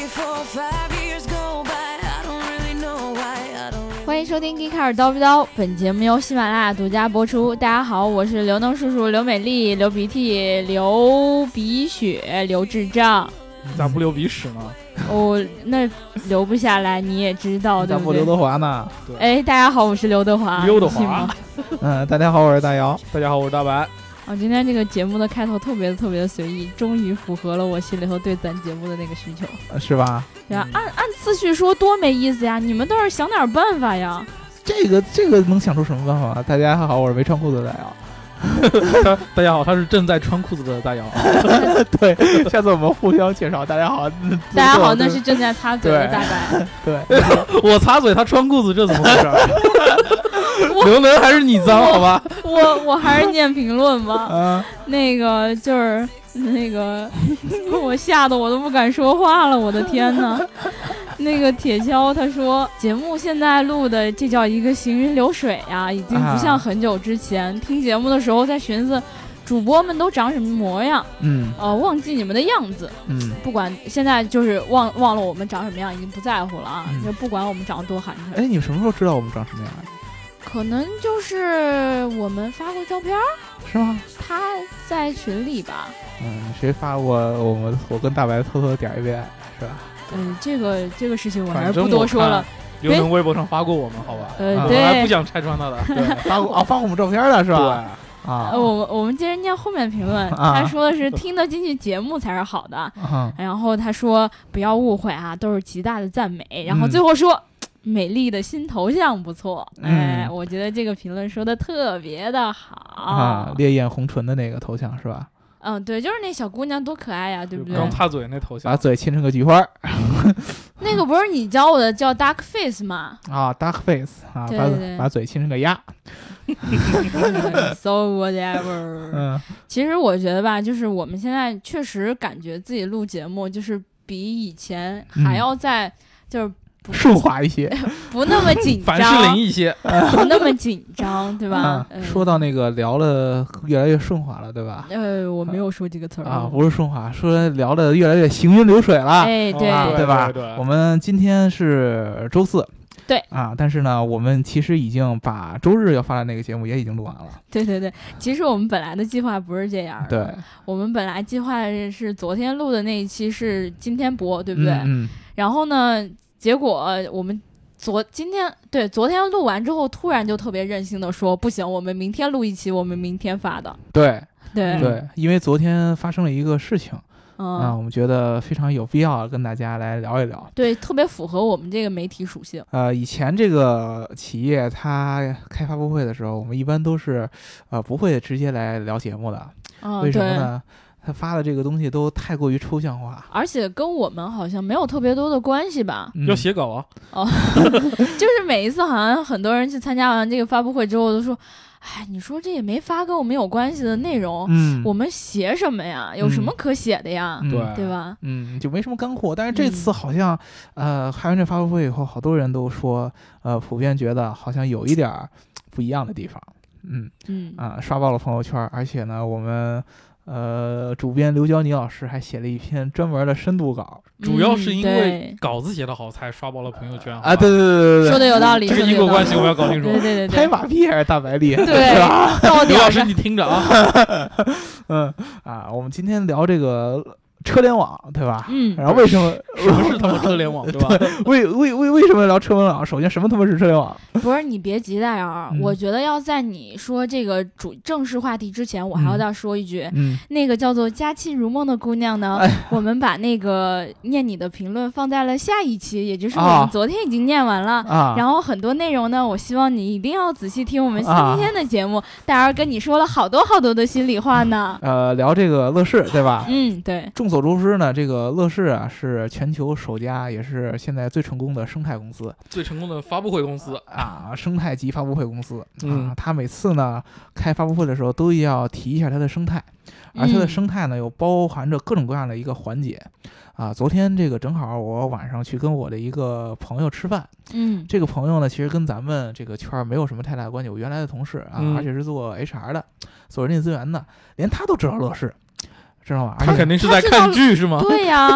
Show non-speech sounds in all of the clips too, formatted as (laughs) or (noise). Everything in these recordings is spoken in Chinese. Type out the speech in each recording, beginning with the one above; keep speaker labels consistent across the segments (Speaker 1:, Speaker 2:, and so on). Speaker 1: five years go by. I don't really know why. I don't.
Speaker 2: 欢迎收听《g 卡尔叨不叨》，本节目由喜马拉雅独家播出。大家好，我是刘能叔叔、刘美丽、流鼻涕、流鼻血、流智障。
Speaker 3: 咋不流鼻屎呢？
Speaker 2: 哦，那流不下来，你也知道哦对
Speaker 4: 咋
Speaker 2: 不
Speaker 4: 不刘
Speaker 2: 对？
Speaker 4: 德华呢？
Speaker 2: 哎，大家好，我是刘德华。
Speaker 3: 溜达
Speaker 2: 啊是吗
Speaker 3: 滑。
Speaker 4: 嗯，大家好，我是大姚。
Speaker 3: 大家好，我是大白。 (laughs)
Speaker 2: 我、哦今天这个节目的开头特别特别的随意，终于符合了我心里头对咱节目的那个需求。
Speaker 4: 呃是吧？
Speaker 2: 对啊，按按次序说多没意思呀！你们倒是想点办法呀！
Speaker 4: 这个这个能想出什么办法？大家好，我是没穿裤子的大姚。 (laughs)
Speaker 3: 大大家好，他是正在穿裤子的大姚。啊
Speaker 4: 对，下次我们互相介绍。大家好，嗯
Speaker 2: 大家好，
Speaker 4: 自
Speaker 2: 那是正在擦嘴的
Speaker 4: 对
Speaker 2: 大白。
Speaker 4: 对，
Speaker 3: (laughs) 我擦嘴，他穿裤子，这怎么回
Speaker 2: (laughs)
Speaker 3: 事？啊刘能还是你脏好吧？
Speaker 2: 我我还是念评论吧。
Speaker 4: 嗯，
Speaker 2: 那个就是那个， (laughs) 我吓得我都不敢说话了，我的天呐！那个铁锹他说，节目现在录的这叫一个行云流水呀、已经不像很久之前、听节目的时候在寻思，主播们都长什么模样，
Speaker 4: 嗯
Speaker 2: 呃，忘记你们的样子。
Speaker 4: 嗯，
Speaker 2: 不管现在就是忘忘了我们长什么样，已经不在乎了啊，
Speaker 4: 嗯
Speaker 2: 就不管我们长得多寒碜，
Speaker 4: 哎，你们什么时候知道我们长什么样啊的？
Speaker 2: 可能就是我们发过照片儿，
Speaker 4: 是吗？
Speaker 2: 他在群里吧。
Speaker 4: 嗯，谁发过我们？我跟大白偷偷点一遍，是吧？
Speaker 2: 嗯，这个这个事情我还
Speaker 3: 反
Speaker 2: 是
Speaker 3: 正
Speaker 2: 不多说了。。
Speaker 3: 刘能微博上发过我们，好吧？
Speaker 2: 呃，
Speaker 4: 啊
Speaker 3: 我还不
Speaker 2: 对，
Speaker 3: 想拆穿他的，
Speaker 2: (laughs)
Speaker 4: 对，发过啊，发过我们照片了，是
Speaker 3: 是
Speaker 4: 吧？
Speaker 3: 吧？
Speaker 4: 啊
Speaker 2: 呃，我们我们接着念后面评论，
Speaker 4: 啊
Speaker 2: 他说的是听得进去节目才是好的， (laughs)
Speaker 4: 嗯，
Speaker 2: 然后他说不要误会啊，都是极大的赞美，然后
Speaker 4: 嗯
Speaker 2: 最后说。美丽的新头像不错，哎，
Speaker 4: 嗯
Speaker 2: 我觉得这个评论说的特别的好
Speaker 4: 啊，烈焰红唇的那个头像是吧？
Speaker 2: 嗯，对，就是那小姑娘多可爱呀、对不对？
Speaker 3: 刚擦嘴那头
Speaker 4: 把
Speaker 3: 像，
Speaker 4: 嘴亲成个菊花儿
Speaker 2: 那个不是你教我的叫 dark face 吗 (laughs)
Speaker 4: 啊，dark face 啊，
Speaker 2: 对
Speaker 4: 把
Speaker 2: 对对
Speaker 4: 把嘴亲成个鸭，
Speaker 2: 哎？So whatever。
Speaker 4: 嗯
Speaker 2: 其实我觉得吧，就是我们现在确实感觉自己录节目，就是比以前
Speaker 4: 嗯
Speaker 2: 还要在，就是不
Speaker 4: 顺滑一些。
Speaker 2: 不那么
Speaker 4: (laughs)
Speaker 2: 紧
Speaker 3: 凡士
Speaker 2: 张
Speaker 3: 林，一些。
Speaker 2: 不那么紧张，对吧
Speaker 4: 啊？
Speaker 2: 嗯
Speaker 4: 说到那个聊的越来越顺滑了，对吧？
Speaker 2: 呃，我没有说这个词儿
Speaker 4: 啊，不是顺滑，说聊的越来越行云流水了，
Speaker 2: 哎，对，
Speaker 4: 啊，
Speaker 3: 对
Speaker 4: 吧？
Speaker 3: 对对
Speaker 4: 我们今天是周四，
Speaker 2: 对
Speaker 4: 啊，但是呢，我们其实已经把周日要发的那个节目也已经录完了，
Speaker 2: 对对对。其实我们本来的计划不是这样儿
Speaker 4: 对
Speaker 2: 的，，我们本来计划是昨天录的那一期是今天播，对不对？
Speaker 4: 嗯
Speaker 2: 然后呢，结果呃我们昨今天对昨天录完之后，突然就特别任性的说，不行，我们明天录一期，我们明天发的。
Speaker 4: 嗯，对
Speaker 2: 对，
Speaker 4: 对，因为昨天发生了一个事情啊，
Speaker 2: 嗯，
Speaker 4: 我们觉得非常有必要跟大家来聊一聊。
Speaker 2: 对，特别符合我们这个媒体属性。
Speaker 4: 呃，以前这个企业它开发布会的时候，我们一般都是，呃，不会直接来聊节目的，
Speaker 2: 嗯，
Speaker 4: 为什么
Speaker 2: 对。
Speaker 4: 呢？他发的这个东西都太过于抽象化，
Speaker 2: 而且跟我们好像没有特别多的关系吧， (laughs)
Speaker 4: 嗯
Speaker 3: 要写稿啊，
Speaker 2: 就是每一次好像很多人去参加完这个发布会之后都说，哎，你说这也没发跟我们有关系的内容，
Speaker 4: 嗯，
Speaker 2: 哦我们写什么呀？有什么可写的呀？
Speaker 4: 嗯
Speaker 2: 对？吧？
Speaker 4: 嗯，就没什么干货。但是这
Speaker 2: 嗯
Speaker 4: 次好像，呃，开完这发布会以后，好多人都说，呃，普遍觉得好像有一点儿不一样的地方。嗯
Speaker 2: 嗯，
Speaker 4: 啊、刷爆了朋友圈儿，而且呢，我们呃主编刘娇妮老师还写了一篇专门的深度稿
Speaker 3: 主要是
Speaker 2: 嗯
Speaker 3: 因为稿子写得好才刷爆了朋友圈
Speaker 4: 啊，对，对对
Speaker 2: 对
Speaker 4: 对
Speaker 2: 说
Speaker 4: 对
Speaker 2: 的有道理，
Speaker 3: 这
Speaker 2: 说
Speaker 3: 个
Speaker 2: 得
Speaker 3: 因
Speaker 2: 有
Speaker 3: 果
Speaker 2: 道
Speaker 3: 关
Speaker 2: 理
Speaker 3: 系我要搞清楚
Speaker 2: 对。对对
Speaker 4: 对，拍
Speaker 2: 对，
Speaker 4: 马屁还是
Speaker 2: (laughs)
Speaker 4: 大白厉害，是吧？
Speaker 2: 对，到
Speaker 3: 刘
Speaker 2: 点
Speaker 3: 老
Speaker 2: 儿
Speaker 3: 师，
Speaker 2: 上
Speaker 3: 你听着啊，
Speaker 4: (laughs) 嗯啊，我们今天聊这个车联网，对吧？
Speaker 2: 嗯，
Speaker 4: (laughs) 然后为什么
Speaker 3: 什么是他妈车联网对吧？
Speaker 2: (laughs)
Speaker 4: 为为为为什么要聊车联网？首先，什么他妈是车联网？
Speaker 2: 不是你别急，大姚儿，
Speaker 4: 嗯
Speaker 2: 我觉得要在你说这个主正式话题之前，我还要
Speaker 4: 嗯
Speaker 2: 再说一句，
Speaker 4: 嗯，哎
Speaker 2: 那个叫做“佳期如梦”的姑娘呢，我们把那个念你的评论放在了下一期，也就是我们
Speaker 4: 啊
Speaker 2: 昨天已经念完了。
Speaker 4: 啊，
Speaker 2: 然后很多内容呢，我希望你一定要仔细听我们今
Speaker 4: 啊
Speaker 2: 天的节目。大姚儿跟你说了好多好多的心里话呢。
Speaker 4: 呃，聊这个乐视，对吧？
Speaker 2: 嗯，对，
Speaker 4: 众所周知呢，这个乐视啊是全球首家，也是现在最成功的生态公司
Speaker 3: 最成功的发布会公司，
Speaker 4: 啊，生态级发布会公司
Speaker 3: 嗯
Speaker 4: 啊。它每次呢开发布会的时候都要提一下它的生态，而
Speaker 2: 嗯
Speaker 4: 它的生态呢又包含着各种各样的一个环节啊。昨天这个正好我晚上去跟我的一个朋友吃饭， (laughs)
Speaker 2: 嗯
Speaker 4: 这个朋友呢其实跟咱们这个圈儿没有什么太大关系，我原来的同事啊，
Speaker 3: 嗯
Speaker 4: 而且是做 HR 的，做人力资源的，连他都知道乐视，知道吗？而
Speaker 3: 他
Speaker 4: 且
Speaker 3: 肯定是
Speaker 2: 他
Speaker 3: 在
Speaker 2: 知道
Speaker 3: 看剧是吗？
Speaker 2: 对呀、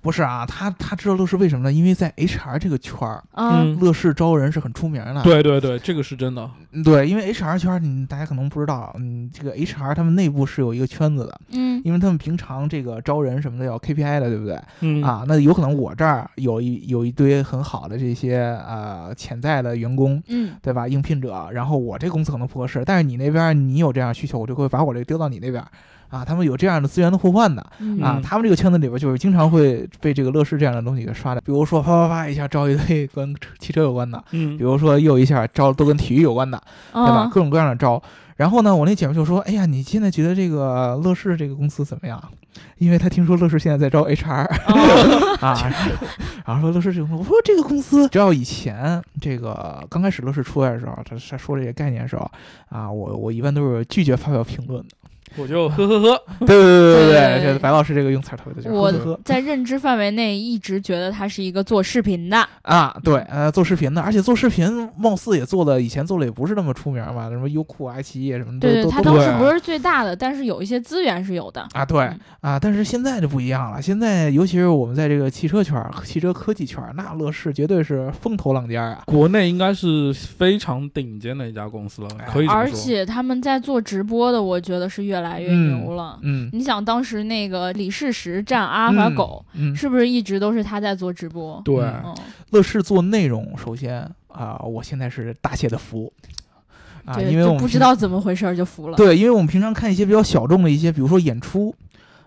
Speaker 4: 不是啊，他他知道乐视为什么呢？因为在 HR 这个圈儿，
Speaker 2: 啊，
Speaker 3: 嗯
Speaker 4: 乐啊视招人是很出名的。
Speaker 3: 对对对，这个是真的。
Speaker 4: 嗯对，因为 HR 圈儿，你大家可能不知道，嗯，这个 HR 他们内部是有一个圈子的，
Speaker 2: 嗯
Speaker 4: 因为他们平常这个招人什么的要 KPI 的，对不对？
Speaker 3: 嗯，
Speaker 4: 啊，那有可能我这儿有一有一堆很好的这些呃潜在的员工，
Speaker 2: 嗯
Speaker 4: 对吧？应聘者，然后我这公司可能不合适，但是你那边儿你有这样需求，我就会把我这丢到你那边儿啊。他们有这样的资源的互换的
Speaker 2: 嗯
Speaker 4: 啊
Speaker 3: 嗯，
Speaker 4: 他们这个圈子里边就是经常会被这个乐视这样的东西给刷的，比如说啪啪啪一下招一堆跟汽车有关的，比
Speaker 3: 嗯
Speaker 4: 如说又一下招都跟体育有关的，对吧？
Speaker 2: 啊
Speaker 4: 各种各样的招。然后呢，我那姐妹就说：“哎呀，你现在觉得这个乐视这个公司怎么样？”因为她听说乐视现在在招 HR，啊，
Speaker 2: 哦
Speaker 4: (laughs) 然后说乐视这个公司，我说这个公司，只要以前这个刚开始乐视出来的时候，他他说这些概念的时候，啊，我我一般都是拒绝发表评
Speaker 2: (laughs)
Speaker 4: 论的。
Speaker 3: 我就呵呵呵，
Speaker 4: 对对对
Speaker 2: 对
Speaker 4: 对
Speaker 2: 对
Speaker 4: 这白老师这个用词儿特别的就是
Speaker 2: 我
Speaker 4: 呵呵
Speaker 2: 在认知范围内一直觉得他是一个做视频的，
Speaker 4: 啊，对，呃，做视频的，而且做视频貌似也做的，以前做的也不是那么出名嘛，什么优酷、爱奇艺什么的，
Speaker 2: 对
Speaker 4: 都
Speaker 2: 对，他
Speaker 4: 都
Speaker 2: 当时
Speaker 3: 对
Speaker 2: 不是最大的，但是有一些资源是有的，
Speaker 4: 啊，对
Speaker 2: 嗯
Speaker 4: 啊，但是现在就不一样了。现在尤其是我们在这个汽车圈儿、汽车科技圈儿，那乐视绝对是风头浪尖儿啊。
Speaker 3: 国内应该是非常顶尖的一家公司了，
Speaker 4: 哎
Speaker 3: 可以这么
Speaker 2: 而
Speaker 3: 说。
Speaker 2: 且他们在做直播的，我觉得是越来越
Speaker 4: 嗯
Speaker 2: 牛了。
Speaker 4: 嗯
Speaker 2: 你想当时那个李世石战阿尔法狗，
Speaker 4: 嗯，
Speaker 2: 是不是一直都是他在做直播？
Speaker 3: 对，
Speaker 4: 嗯
Speaker 2: 嗯，
Speaker 4: 乐视做内容，首先啊、我现在是大写的服啊，
Speaker 2: 对，
Speaker 4: 因为我
Speaker 2: 就
Speaker 4: 们
Speaker 2: 不
Speaker 4: 平
Speaker 2: 知道怎么回事儿就服了。
Speaker 4: 对，因为我们平常看一些比较小众的一些，比如说演出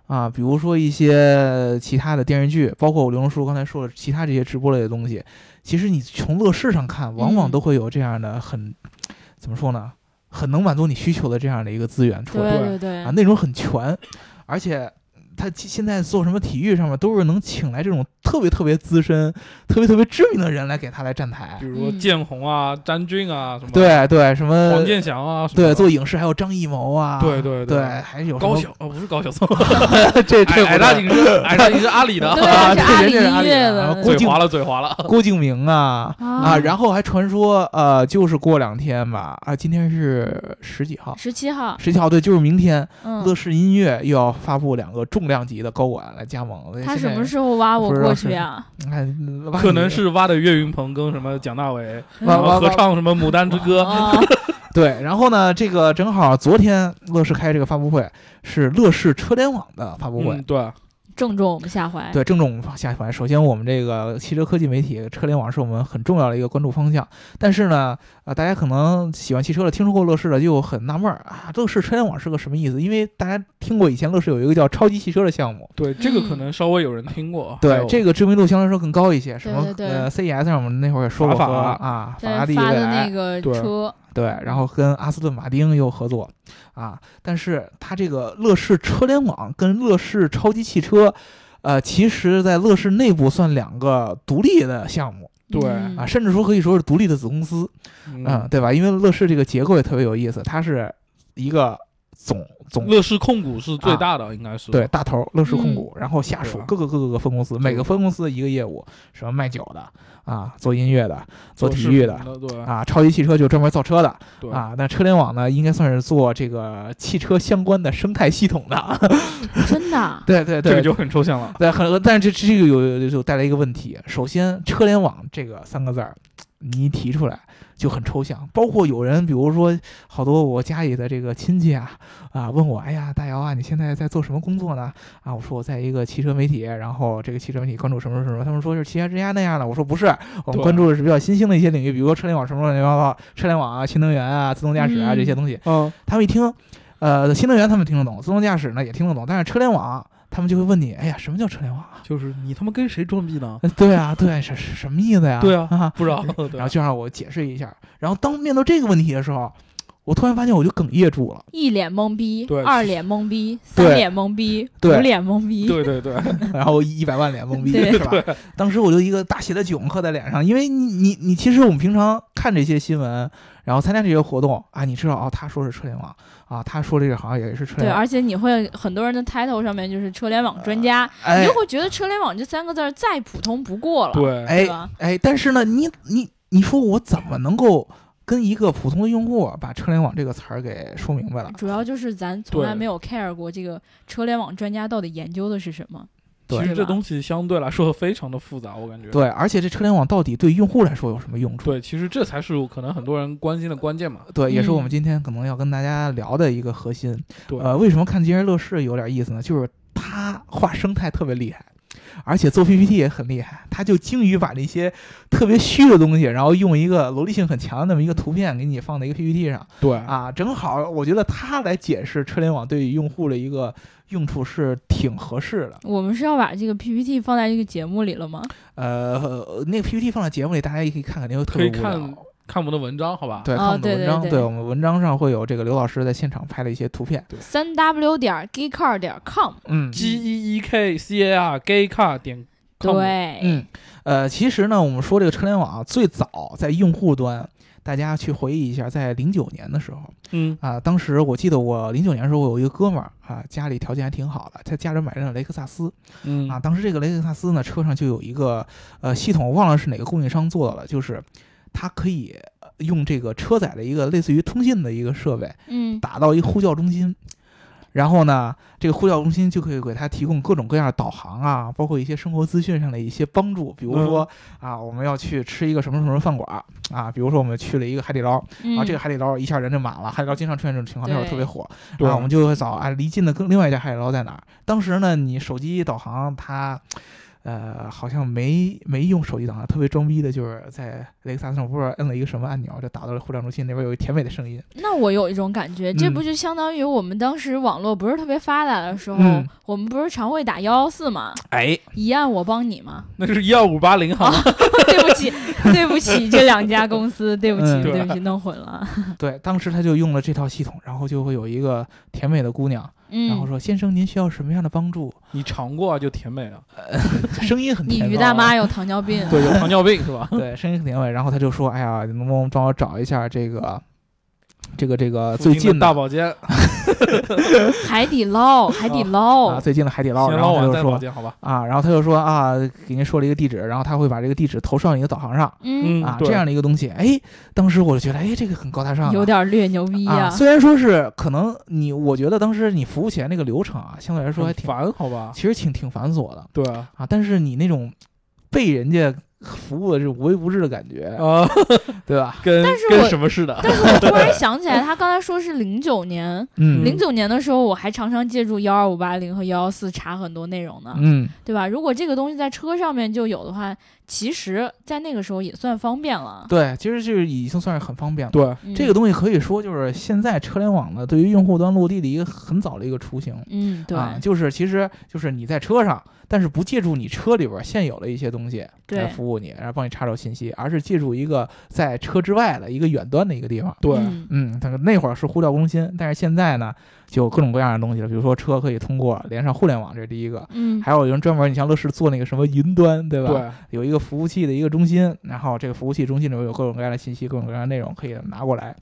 Speaker 4: 啊，比如说一些其他的电视剧，包括我刘龙叔刚才说的其他这些直播类的东西，其实你从乐视上看，往往
Speaker 2: 嗯
Speaker 4: 都会有这样的很、怎么说呢，很能满足你需求的这样的一个资源出来
Speaker 2: 对
Speaker 3: 对
Speaker 2: 对对
Speaker 4: 啊，内容很全，而且。他其现在做什么体育上面都是能请来这种特别特别资深、特别特别知名的人来给他来站台
Speaker 3: 比，如说
Speaker 2: 嗯
Speaker 3: 建宏啊、詹俊啊什么，，
Speaker 4: 对对，什么
Speaker 3: 黄健翔啊什么的，
Speaker 4: 对做影视还有张艺谋啊，
Speaker 3: 对对
Speaker 4: 对，
Speaker 3: 对
Speaker 4: 还是有什
Speaker 3: 高
Speaker 4: 么
Speaker 3: 晓哦不是高晓松，
Speaker 4: 这这
Speaker 3: 矮
Speaker 4: 不
Speaker 3: 大
Speaker 4: (laughs) 对
Speaker 3: 紧
Speaker 4: (laughs)
Speaker 3: 是矮大紧是阿里的，
Speaker 2: 对
Speaker 4: 啊，
Speaker 2: 是
Speaker 4: 这
Speaker 2: 阿
Speaker 4: 人
Speaker 2: 里
Speaker 4: 这是阿
Speaker 2: 音
Speaker 4: 里
Speaker 2: 乐
Speaker 4: 的
Speaker 2: 的
Speaker 4: 啊
Speaker 2: 对
Speaker 4: (laughs) 郭
Speaker 3: 嘴
Speaker 4: 敬
Speaker 3: 滑了嘴
Speaker 4: (laughs)
Speaker 3: 滑了，
Speaker 4: 郭敬明啊啊，然后还传说呃，就是过两天吧啊，今天是十几号，
Speaker 2: 十七号，
Speaker 4: 十几号对，就是明天，
Speaker 2: 嗯，
Speaker 4: 乐视音乐又要发布两个重量级的高管来加盟。
Speaker 2: 他
Speaker 4: 现
Speaker 2: 什
Speaker 4: 在
Speaker 2: 么时候挖我
Speaker 4: 不知道
Speaker 2: 过
Speaker 4: 是
Speaker 2: 去啊？
Speaker 4: 你看，挖
Speaker 3: 可
Speaker 4: 你
Speaker 3: 能是挖的岳云鹏跟什么蒋大为，
Speaker 4: 挖
Speaker 3: 然后
Speaker 4: 啊挖
Speaker 3: 合
Speaker 4: 挖
Speaker 3: 唱什么《牡丹之歌》
Speaker 4: (laughs)
Speaker 2: 啊，
Speaker 4: 对。然后呢，这个正好昨天乐视开这个发布会是乐视车联网的发布会，
Speaker 3: 嗯，对，
Speaker 2: 正中我们下怀。
Speaker 4: 对，正中我们下怀。首先，我们这个汽车科技媒体车联网是我们很重要的一个关注方向。但是呢，啊，大家可能喜欢汽车的、听说过乐视的，就很纳闷儿啊，乐视车联网是个什么意思？因为大家听过以前乐视有一个叫超级汽车的项目，
Speaker 3: 对，这个可
Speaker 2: 嗯
Speaker 3: 能稍微有人听过。还
Speaker 4: 对
Speaker 3: 有
Speaker 4: 这个知名度相对来说更高一些。什
Speaker 2: 对
Speaker 4: 么
Speaker 2: 对对
Speaker 4: 呃 CES 上我们那会儿也说过
Speaker 3: 法
Speaker 4: 和
Speaker 3: 法
Speaker 4: 啊，法
Speaker 2: 对
Speaker 4: 拉利
Speaker 2: 发
Speaker 4: 未
Speaker 2: 的那
Speaker 4: 来
Speaker 2: 个
Speaker 3: 对
Speaker 2: 车，
Speaker 4: 对，然后跟阿斯顿马丁又合作啊，但是它这个乐视车联网跟乐视超级汽车。呃，其实，在乐视内部算两个独立的项目，
Speaker 3: 对
Speaker 2: 嗯
Speaker 4: 啊，甚至说可以说是独立的子公司，嗯，
Speaker 3: 嗯，
Speaker 4: 对吧？因为乐视这个结构也特别有意思，它是一个总总啊
Speaker 3: 乐视控股是最大的，应该是
Speaker 4: 对大头乐视控
Speaker 2: 嗯
Speaker 4: 股，然后下属
Speaker 3: 对啊
Speaker 4: 各个各个各个分公司，每个分公司一个业务，什么卖酒的啊，做音乐的，做体
Speaker 3: 视
Speaker 4: 育
Speaker 3: 频
Speaker 4: 的
Speaker 3: 的，对
Speaker 4: 啊，超级汽车就专门造车的
Speaker 3: 对
Speaker 4: 啊，那车联网呢，应该算是做这个汽车相关的生态系统的，
Speaker 2: (laughs) 真的啊
Speaker 4: (laughs) 对对
Speaker 3: 这
Speaker 4: 对
Speaker 3: 个。就很抽象
Speaker 4: (laughs)
Speaker 3: 了。
Speaker 4: 对，很，但是这这个有就带来一个问题。首先，“车联网”这个三个字儿，你一提出来就很抽象。包括有人，比如说好多我家里的这个亲戚啊，啊问我，哎呀，大姚啊，你现在在做什么工作呢？啊，我说我在一个汽车媒体，然后这个汽车媒体关注什么什么什么，他们说是汽车之家那样的，我说不是，我们
Speaker 3: 对
Speaker 4: 关注的是比较新兴的一些领域，比如说车联网什么乱七八糟，车联网啊、新能源啊、自动驾驶啊
Speaker 2: 嗯
Speaker 4: 这些东西。
Speaker 3: 嗯，
Speaker 4: 他们一听，呃，新能源他们听得懂，自动驾驶呢也听得懂，但是车联网他们就会问你，哎呀，什么叫车联网啊？ (laughs)
Speaker 3: 就是你他妈跟谁装逼呢？
Speaker 4: 呃对啊，对，是是什么意思呀？
Speaker 3: 对啊
Speaker 4: 啊，
Speaker 3: 不知道。 (laughs) 对
Speaker 4: 然后就让我解释一下。然后当面对这个问题的时候，我突然发现我就哽咽住了。 (laughs)
Speaker 2: 一脸懵逼
Speaker 3: 对，
Speaker 2: 二脸懵逼，三
Speaker 4: 对
Speaker 2: 脸懵逼，
Speaker 4: 对
Speaker 2: 五脸懵逼，
Speaker 3: 对
Speaker 4: (laughs)
Speaker 3: 对对，
Speaker 4: 然后一百万脸懵逼，
Speaker 2: 对
Speaker 4: 是吧？当时我就一个大写的囧刻在脸上，因为你你你，其实我们平常看这些新闻，然后参加这些活动啊，你知道哦，他说是车联网啊，他说这个行业也是车
Speaker 2: 对，
Speaker 4: 联网，
Speaker 2: 而且你会很多人的 title 上面就是车联网专家，你
Speaker 4: 哎
Speaker 2: 就会觉得车联网这三个字儿再普通不过了。
Speaker 3: 对
Speaker 4: 哎
Speaker 2: 吧
Speaker 4: 哎，但是呢，你你你说我怎么能够跟一个普通的用户啊把车联网这个词儿给说明白了？
Speaker 2: 主要就是咱从来
Speaker 3: 对
Speaker 2: 没有 care 过这个车联网专家到底研究的是什么。
Speaker 4: 对
Speaker 3: 其实
Speaker 2: 对
Speaker 3: 这
Speaker 2: 吧
Speaker 3: 东西相对来说非常的复杂，我感觉。
Speaker 4: 对，而且这车联网到底对用户来说有什么用处？
Speaker 3: 对，其实这才是可能很多人关心的关键嘛。
Speaker 4: 对，也是我
Speaker 2: 嗯
Speaker 4: 们今天可能要跟大家聊的一个核心。
Speaker 3: 对
Speaker 4: 呃，为什么看今日乐视有点意思呢？就是他画生态特别厉害，而且做 PPT 也很厉害，他就精于把那些特别虚的东西，然后用一个逻辑性很强的那么一个图片给你放在一个 PPT 上
Speaker 3: 对，
Speaker 4: 啊，正好我觉得他来解释车联网对于用户的一个用处是挺合适的。
Speaker 2: 我们是要把这个 PPT 放在这个节目里了吗？
Speaker 4: 呃，那个 PPT 放在节目里，大家也可以看，肯定会特
Speaker 3: 可
Speaker 4: 别
Speaker 3: 以
Speaker 4: 无聊。
Speaker 3: 看看我们的文章，好吧？
Speaker 4: 对，
Speaker 2: 哦
Speaker 4: 看我们
Speaker 2: 对
Speaker 4: 的文
Speaker 2: 对
Speaker 4: 章，
Speaker 2: 对
Speaker 4: 我们文章上会有这个刘老师在现场拍的一些图片。
Speaker 2: 三 w 点儿 gaycar 点儿 com，
Speaker 4: 嗯
Speaker 3: G E E K C A R Gay Car 点 com。
Speaker 2: 对，
Speaker 4: 嗯，呃，其实呢，我们说这个车联网啊最早在用户端，大家去回忆一下，在零九年的时候
Speaker 3: 嗯，
Speaker 4: 啊，当时我记得我零九年的时候，我有一个哥们儿啊，家里条件还挺好的，他家里买辆雷克萨斯
Speaker 3: 嗯
Speaker 4: 啊，当时这个雷克萨斯呢，车上就有一个呃系统，我忘了是哪个供应商做的了，就是它可以呃用这个车载的一个类似于通信的一个设备。
Speaker 2: 嗯，
Speaker 4: 打到一个呼叫中心，然后呢，这个呼叫中心就可以给他提供各种各样的导航啊，包括一些生活资讯上的一些帮助，比如说、啊，我们要去吃一个什么什么饭馆啊，比如说我们去了一个海底捞，
Speaker 2: 嗯
Speaker 4: 啊，这个海底捞一下人就满了，海底捞经常出现这种情况，那会儿特
Speaker 2: 对
Speaker 4: 别火，
Speaker 3: 对
Speaker 4: 啊，我们就会找啊离近的跟另外一家海底捞在哪儿。当时呢，你手机导航它。呃，好像没没用手机导航，特别装逼的，就是在雷克萨斯上不知道摁了一个什么按钮，就打到了呼叫中心那边有一甜美的声音，
Speaker 2: 那我有一种感觉，这不
Speaker 4: 嗯
Speaker 2: 就相当于我们当时网络不是特别发达的时候，
Speaker 4: 嗯
Speaker 2: 我们不是常会打幺幺四吗？
Speaker 4: 哎，
Speaker 2: 一按我帮你吗？ (laughs)
Speaker 3: 那是幺五八零好吗？ (laughs)
Speaker 2: 对不起，对不起，这两家公司，对不起，
Speaker 4: 嗯
Speaker 2: 对不起，弄混了。
Speaker 4: (laughs) 对，当时他就用了这套系统，然后就会有一个甜美的姑娘，然后
Speaker 2: 嗯，
Speaker 4: 说：“先生，您需要什么样的帮助
Speaker 3: 你尝过啊，就甜美了。？”
Speaker 4: 声音很
Speaker 2: 你
Speaker 4: 甜美哦
Speaker 2: 于大妈有糖尿病，
Speaker 3: 对，有糖尿 (laughs) 病是吧？
Speaker 4: (laughs) 对，声音很甜美。然后他就说：“哎呀，你能不能帮我找一下这个，这个这个呃
Speaker 3: 附
Speaker 4: 最
Speaker 3: 的
Speaker 4: 近的啊
Speaker 3: 大保健，
Speaker 2: 海底捞，海底
Speaker 4: 啊，
Speaker 2: 捞，
Speaker 4: 最近的海底捞？”
Speaker 3: 先
Speaker 4: 然
Speaker 3: 捞
Speaker 4: 后他
Speaker 3: 完
Speaker 4: 就
Speaker 3: 再保
Speaker 4: 说。
Speaker 3: 健，好吧？
Speaker 4: 啊，然后他就说啊，给您说了一个地址，然后他会把这个地址投上你的导航上
Speaker 2: 嗯，
Speaker 4: 啊，
Speaker 3: 对
Speaker 4: 这样的一个东西。哎，当时我就觉得，哎，这个很高大上啊、
Speaker 2: 有点略牛逼
Speaker 4: 啊。
Speaker 2: 呀。
Speaker 4: 虽然说是可能你，我觉得当时你服务起来那个流程啊，相对来说还
Speaker 3: 很
Speaker 4: 挺，
Speaker 3: 烦，好吧？
Speaker 4: 其实挺挺繁琐的。
Speaker 3: 对啊，
Speaker 4: 啊，但是你那种被人家服务的这种无微不至的感觉，
Speaker 3: 啊，
Speaker 4: 对吧？
Speaker 3: 跟
Speaker 2: 但是我
Speaker 3: 跟什么似
Speaker 4: (laughs)
Speaker 3: 的？
Speaker 2: 但是我突然想起来，他刚才说是零九年，
Speaker 4: 嗯
Speaker 2: 零九年的时候，我还常常借助幺二五八零和幺幺四查很多内容呢。
Speaker 4: 嗯，
Speaker 2: 对吧？如果这个东西在车上面就有的话，其实，在那个时候也算方便了。
Speaker 4: 对，其实就是已经算是很方便了。
Speaker 3: 对，
Speaker 2: 嗯、
Speaker 4: 这个，东西可以说就是现在车联网呢，对于用户端落地的一个很早的一个雏形。
Speaker 2: 嗯，对、
Speaker 4: 啊，就是其实就是你在车上，但是不借助你车里边现有的一些东西来
Speaker 2: 对，
Speaker 4: 服务你，然后帮你查找信息，而是借助一个在车之外的一个远端的一个地方。
Speaker 3: 对，
Speaker 2: 嗯
Speaker 4: 嗯，它那会儿是呼叫中心，但是现在呢，就有各种各样的东西了，比如说车可以通过连上互联网，这是第一个。
Speaker 2: 嗯，
Speaker 4: 还有人专门，你像乐视做那个什么云端，对吧？
Speaker 3: 对，
Speaker 4: 有一个服务器的一个中心，然后这个服务器中心里面有各种各样的信息、各种各样的内容可以拿过来。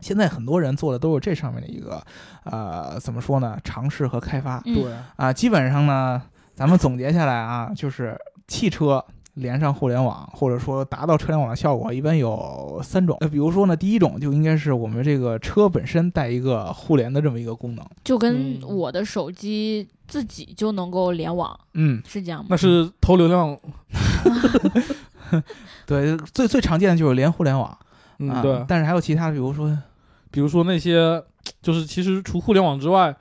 Speaker 4: 现在很多人做的都是这上面的一个，呃，怎么说呢？尝试和开发啊、
Speaker 2: 嗯
Speaker 3: 对，
Speaker 4: 基本上呢，咱们总结下来啊，就是汽车连上互联网，或者说达到车联网的效果，一般有三种。呃，比如说呢，第一种就应该是我们这个车本身带一个互联的这么一个功能。
Speaker 2: 就跟
Speaker 3: 嗯
Speaker 2: 我的手机自己就能够联网，
Speaker 4: 嗯，
Speaker 2: 是这样吗
Speaker 3: 那？是投流量，
Speaker 4: 对，最最常见的就是连互联网。
Speaker 3: 嗯，
Speaker 4: 啊
Speaker 3: 对。
Speaker 4: 但是还有其他的，比如说，
Speaker 3: 比如说那些，就是其实除互联网之外，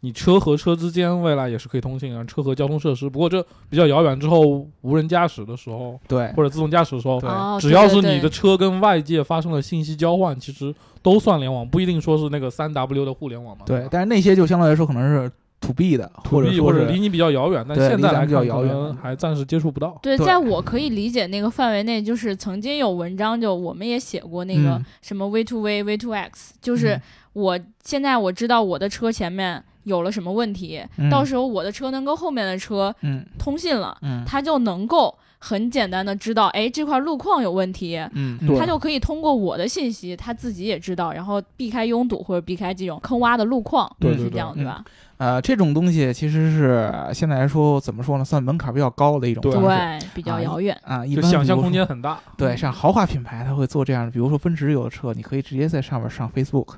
Speaker 3: 你车和车之间未来也是可以通信啊，车和交通设施。不过这比较遥远，之后无人驾驶的时候，
Speaker 4: 对
Speaker 3: 或者自动驾驶的时候，
Speaker 4: 对
Speaker 2: 哦，
Speaker 3: 只要是
Speaker 2: 对
Speaker 3: 你的
Speaker 2: 对对
Speaker 3: 车跟外界发生了信息交换，其实都算联网，不一定说是那个三 W 的互联网嘛。
Speaker 4: 对，
Speaker 3: 吧
Speaker 4: 但是那些就相对来说可能是 to B 的，或者
Speaker 3: 离
Speaker 4: 说
Speaker 3: 或者
Speaker 4: 是
Speaker 3: 离你比较遥远，但
Speaker 4: 对
Speaker 3: 现在来
Speaker 4: 离咱
Speaker 3: 看
Speaker 4: 们比较遥远
Speaker 3: 可能还暂时接触不到。
Speaker 2: 对，
Speaker 4: 对
Speaker 2: 在我可以理解那个范围内，就是曾经有文章，就我们也写过那个
Speaker 4: 嗯
Speaker 2: 什么 V to V、V to X，就是
Speaker 4: 嗯
Speaker 2: 我现在我知道我的车前面有了什么问题，
Speaker 4: 嗯
Speaker 2: 到时候我的车能跟后面的车
Speaker 4: 嗯
Speaker 2: 通信了，
Speaker 4: 嗯
Speaker 2: 他就能够很简单的知道，哎，这块路况有问题，
Speaker 4: 嗯，
Speaker 3: 对
Speaker 2: 他就可以通过我的信息，他自己也知道，然后避开拥堵或者避开这种坑洼的路况，
Speaker 3: 对
Speaker 2: 是
Speaker 3: 对
Speaker 2: 这
Speaker 3: 对，嗯
Speaker 2: 样对吧？
Speaker 4: 呃，这种东西其实是现在来说怎么说呢，算门槛比较高的一种
Speaker 3: 对哎
Speaker 4: 方式。
Speaker 2: 对，比较遥远。
Speaker 4: 啊，一
Speaker 3: 就
Speaker 4: 般
Speaker 3: 想
Speaker 4: 比
Speaker 3: 象
Speaker 4: 如
Speaker 3: 空
Speaker 4: 说
Speaker 3: 间很大。
Speaker 4: 对，像豪华品牌，它会做这样的，比如说奔驰有的车，你可以直接在上面上 Facebook，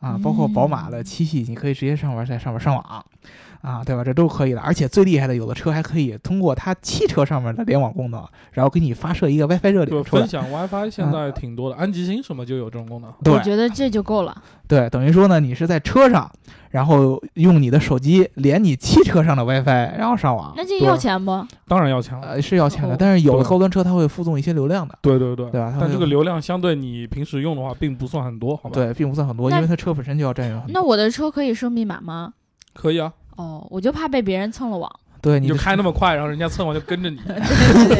Speaker 4: 啊，包括宝马的七系，你可以直接上面在上面上网，啊，对吧？这都可以的。而且最厉害的，有的车还可以通过它汽车上面的联网功能，然后给你发射一个 WiFi 热
Speaker 3: 对，
Speaker 4: 点出来嗯啊
Speaker 3: 分。享 WiFi 现在挺多的，安吉星什么就有这种功能。
Speaker 2: 我
Speaker 4: 对
Speaker 2: 觉得这就够了。
Speaker 4: 对，等于说呢，你是在车上，然后用你的手机连你汽车上的 WiFi，然后上网。
Speaker 2: 那这
Speaker 3: 对
Speaker 2: 要钱不？
Speaker 3: 当然要强了，
Speaker 4: 呃，是要钱的，
Speaker 2: 哦
Speaker 4: 但是有的
Speaker 3: 对
Speaker 4: 高端车它会附送一些流量的，
Speaker 3: 对对对
Speaker 4: 对啊吧它
Speaker 3: 但
Speaker 4: 会
Speaker 3: 这个流量相对你平时用的话，并不算很多，好吧？，
Speaker 4: 对，并不算很多，
Speaker 2: 那
Speaker 4: 因为它车本身就要占用
Speaker 3: 嗯
Speaker 4: 很
Speaker 2: 那
Speaker 4: 多。
Speaker 2: 我的车可以设密码吗？
Speaker 3: 可以啊，
Speaker 2: 哦，我就怕被别人蹭了网， (laughs)
Speaker 4: 对，你
Speaker 3: 你就
Speaker 4: 的
Speaker 3: 开那么快，然后人家蹭完就跟着你，就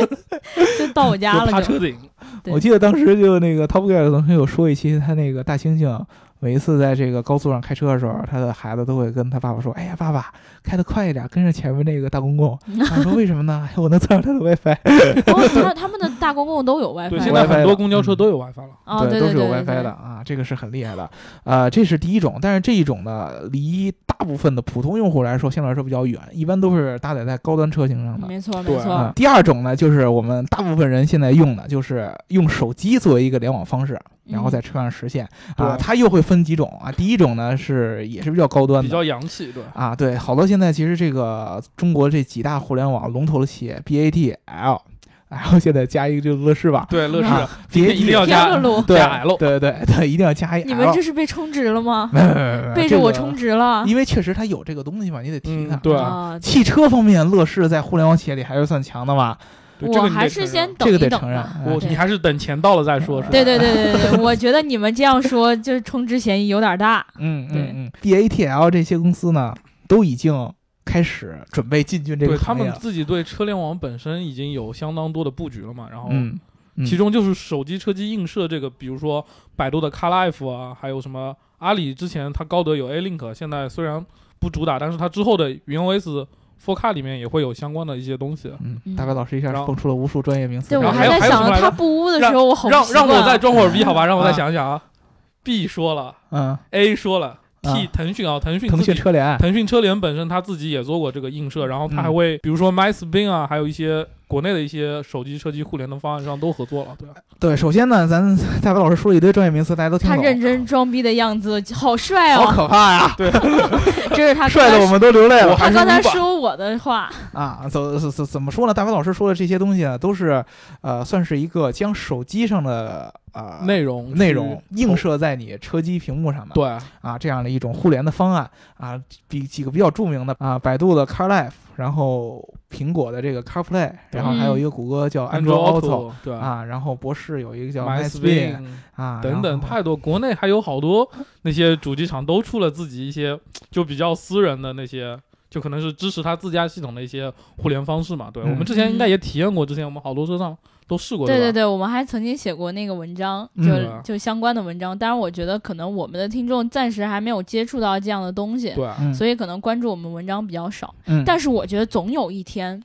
Speaker 2: 就到我家了
Speaker 3: 趴
Speaker 2: 就。
Speaker 3: 车
Speaker 2: (laughs)
Speaker 3: 顶。
Speaker 2: 对
Speaker 4: 我记得当时就那个 Top Gear 曾经有说一期，他那个大猩猩每一次在这个高速上开车的时候，他的孩子都会跟他爸爸说：“哎呀，爸爸，开得快一点，跟上前面那个大公公。”他说：“为什么呢？哎我能蹭上他的 WiFi。
Speaker 2: 哦，他他们的大公共都有
Speaker 3: 对，
Speaker 4: 了
Speaker 2: WiFi
Speaker 3: 现
Speaker 2: 吗
Speaker 3: 在很
Speaker 4: WiFi
Speaker 3: 多
Speaker 4: 了
Speaker 3: 公交车
Speaker 4: 嗯
Speaker 3: 都有 WiFi 了。
Speaker 2: 哦，对
Speaker 4: 都
Speaker 2: 对
Speaker 4: 是有
Speaker 2: 对
Speaker 4: WiFi
Speaker 2: 对
Speaker 4: 的。啊，这个是很厉害的。呃，这是第一种，但是这一种呢，离大部分的普通用户来说，相对来说比较远，一般都是搭载在高端车型上的。
Speaker 2: 没错嗯没
Speaker 3: 嗯对
Speaker 2: 错，
Speaker 4: 啊，第二种呢，就是我们大部分人现在用的，就是用手机作为一个联网方式，然
Speaker 2: 嗯
Speaker 4: 后在车上实现
Speaker 3: 对
Speaker 4: 啊。它又会分几种啊，第一种呢是也是比较高端
Speaker 3: 比
Speaker 4: 的。
Speaker 3: 较洋气，
Speaker 4: (laughs)
Speaker 3: 对，
Speaker 4: 啊，对，好多现在其实这个中国这几大互联网龙头的企业，BATL，然后现在加一个就是乐视吧
Speaker 3: 对乐视
Speaker 4: 啊
Speaker 3: 今天一定要
Speaker 2: 天
Speaker 3: 加
Speaker 2: 乐
Speaker 3: (laughs)
Speaker 2: 路，
Speaker 4: 对
Speaker 3: 加 L
Speaker 4: 对对对，一 (laughs) 定要加一 L。
Speaker 2: 你们这是被充值了吗？
Speaker 4: 没有没有
Speaker 3: (laughs) 啊
Speaker 4: (laughs) 没有没有
Speaker 2: 背
Speaker 4: 这
Speaker 2: 着我啊
Speaker 4: 个
Speaker 2: 充值了。
Speaker 4: 因为确实它有这个东西嘛，你得提它。
Speaker 3: 嗯对
Speaker 2: 啊，
Speaker 4: 汽车方面，乐视在互联网企业里还是算强的嘛，
Speaker 3: 对这
Speaker 2: 我
Speaker 3: 个你
Speaker 2: 还
Speaker 3: 得
Speaker 2: 是
Speaker 3: 承
Speaker 2: 先
Speaker 3: 认
Speaker 2: 等
Speaker 4: 这个
Speaker 2: 一
Speaker 4: 得
Speaker 2: 等啊
Speaker 4: 承认
Speaker 2: 吧。。
Speaker 4: 哎
Speaker 3: 啊我
Speaker 2: 对
Speaker 3: 你还是等钱到了再说，是吧？
Speaker 2: 对对对对对对，我觉得你们这样说就是充值嫌疑有点大。
Speaker 4: 嗯
Speaker 2: 对
Speaker 4: 嗯嗯，BATL 这些公司呢，都已经开始准备进军这
Speaker 3: 对
Speaker 4: 个
Speaker 3: 他
Speaker 4: 行业啊
Speaker 3: 们
Speaker 4: 了。
Speaker 3: 自己对车联网本身已经有相当多的布局了嘛，然后
Speaker 4: 嗯，嗯
Speaker 3: 其中就是手机车机映射这个，比如说百度的 CarLife 啊，还有什么阿里之前它高德有 A Link，现在虽然不主打，但是它之后的云 OS4 K 里面也会有相关的一些东西。
Speaker 4: 嗯，
Speaker 2: 嗯
Speaker 4: 大白老师一下
Speaker 3: 然后
Speaker 4: 蹦出了无数专业名词。
Speaker 2: 对，我
Speaker 3: 然后还有
Speaker 2: 在
Speaker 3: 还有什
Speaker 2: 想
Speaker 3: 么来
Speaker 2: 他
Speaker 3: 着
Speaker 2: 不污的时候，我好
Speaker 3: 让
Speaker 2: 不习
Speaker 3: 让我
Speaker 2: 惯
Speaker 3: 再
Speaker 2: 啊
Speaker 3: 装会儿逼好吧，让我再
Speaker 4: 啊
Speaker 3: 想想啊。B 说了
Speaker 4: 嗯，
Speaker 3: ，A 说了，T
Speaker 4: 啊
Speaker 3: 腾讯啊，腾讯
Speaker 4: 腾
Speaker 3: 自己
Speaker 4: 讯车联，
Speaker 3: 腾讯车联本身它自己也做过这个映射，然后它还
Speaker 4: 嗯
Speaker 3: 会、比如说 MySpin 啊，还有一些国内的一些手机车机互联的方案上都合作了，对吧？
Speaker 4: 对，首先呢，咱大白老师说了一堆专业名词，大家都听
Speaker 2: 他
Speaker 4: 懂，
Speaker 2: 认
Speaker 3: 啊
Speaker 2: 真装逼的样子，好帅
Speaker 4: 好
Speaker 2: 哦！
Speaker 3: (laughs)
Speaker 4: 可怕呀！
Speaker 2: 这是他刚
Speaker 4: 帅
Speaker 2: 才
Speaker 4: 的我们都流泪了。
Speaker 2: 他刚才说我的
Speaker 3: (laughs)
Speaker 2: 话，
Speaker 4: 啊，怎怎怎怎么说呢？大白老师说的这些东西呢，都是呃，算是一个将手机上的呃
Speaker 3: 内容
Speaker 4: 内容
Speaker 3: 去
Speaker 4: 映射在你车机屏幕上的。
Speaker 3: 对
Speaker 4: 啊这样的一种互联的方案啊，比几个比较著名的啊，百度的 CarLife，然后苹果的这个 CarPlay，然后
Speaker 2: 嗯
Speaker 4: 还有一个谷歌叫安卓 Auto。
Speaker 3: Auto 对
Speaker 4: 啊，然后博士有一个叫 MySpin
Speaker 3: MySpin
Speaker 4: 啊，
Speaker 3: 等等
Speaker 4: 然后
Speaker 3: 太多，国内还有好多那些主机厂都出了自己一些就比较私人的那些。就可能是支持它自家系统的一些互联方式嘛，对、
Speaker 4: 嗯
Speaker 3: 我们之前应该也体验过，之前我们好多车上都试过，
Speaker 2: 对对
Speaker 3: 对吧
Speaker 2: 对，我们还曾经写过那个文章，就、
Speaker 4: 嗯
Speaker 2: 就相关的文章。当然，我觉得可能我们的听众暂时还没有接触到这样的东西，
Speaker 3: 对啊
Speaker 4: 嗯，
Speaker 2: 所以可能关注我们文章比较少。
Speaker 4: 嗯
Speaker 2: 但是我觉得总有一天，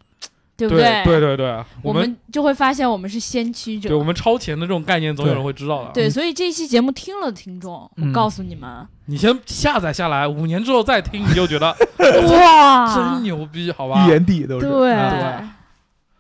Speaker 2: 对不
Speaker 3: 对对对对，
Speaker 2: 我
Speaker 3: 们
Speaker 2: 们就会发现我们是先驱者
Speaker 3: 对。我们嗯超前的这种概念，总有人会知道的。
Speaker 2: 对，所以这期节目听了的听众，
Speaker 4: 嗯
Speaker 2: 我告诉你
Speaker 3: (laughs)
Speaker 2: 们，
Speaker 3: 你先下载下来，五年之后再听，你就
Speaker 2: (laughs)
Speaker 3: 觉得
Speaker 2: 哇
Speaker 3: 真，牛逼，好吧
Speaker 4: 预？言，E 帝都是。
Speaker 2: 对，
Speaker 4: 啊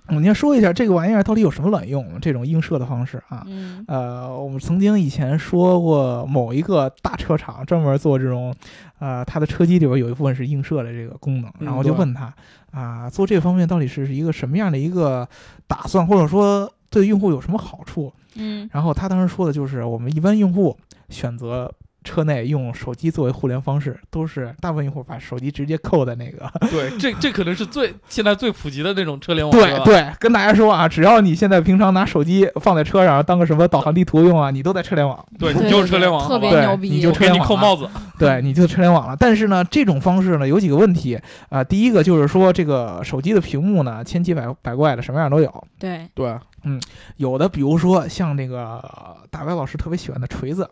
Speaker 4: 我们先说一下这个玩意儿到底有什么卵用？这种映射的方式啊，
Speaker 2: 嗯，
Speaker 4: 呃，我们曾经以前说过某一个大车厂专门做这种，呃，它的车机里边有一部分是映射的这个功能，
Speaker 3: 嗯
Speaker 4: 然后就
Speaker 3: 对
Speaker 4: 问他啊、做这方面到底是一个什么样的一个打算，或者说对用户有什么好处？
Speaker 2: 嗯，
Speaker 4: 然后他当时说的就是，我们一般用户选择。车内用手机作为互联方式，都是大部分用户把手机直接扣在
Speaker 3: (laughs)
Speaker 4: 那个。
Speaker 3: 对，这这可能是最现在最普及的那种车联网，是
Speaker 4: 对
Speaker 3: 吧
Speaker 4: 对，跟大家说啊，只要你现在平常拿手机放在车上当个什么导航地图用啊，你都在车联网。
Speaker 3: 对，
Speaker 2: 对
Speaker 3: 你就是车联网，
Speaker 2: 特别
Speaker 3: 好吧
Speaker 2: 牛
Speaker 4: 对
Speaker 2: 逼
Speaker 4: 你就
Speaker 3: 我给你扣帽
Speaker 4: 子，
Speaker 3: 子， (laughs)
Speaker 4: 对，你就车联网了。但是呢，这种方式呢有几个问题啊、第一个就是说，这个手机的屏幕呢千奇百百怪的，什么样都有。
Speaker 2: 对，
Speaker 3: 对，
Speaker 4: 有的比如说像这个呃大白老师特别喜欢的锤子，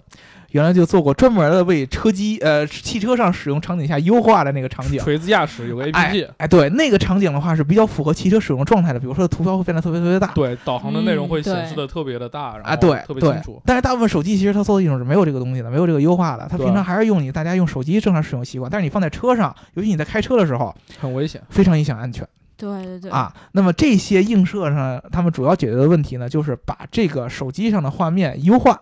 Speaker 4: 原来就做过专门的为车机呃汽车上使用场景下优化的那个场景。
Speaker 3: 锤子驾驶有个 A P
Speaker 4: 哎
Speaker 3: P，
Speaker 4: 哎，对，那个场景的话是比较符合汽车使用状态的，比如说图标会变得特别特别大。
Speaker 3: 对，导航的内容会
Speaker 2: 嗯对
Speaker 3: 显示的特别的大，然
Speaker 4: 啊，
Speaker 3: 后
Speaker 4: 对
Speaker 3: 特别
Speaker 4: 对
Speaker 3: 清楚，。
Speaker 4: 但是大部分手机其实它做的一种是没有这个东西的，没有这个优化的。它
Speaker 3: 对
Speaker 4: 平常还是用你大家用手机正常使用习惯，但是你放在车上，尤其你在开车的时候，
Speaker 3: 很危险。
Speaker 4: 非常影响安全
Speaker 2: 对对对，
Speaker 4: 啊。那么这些映射上，他们主要解决的问题呢，就是把这个手机上的画面优化。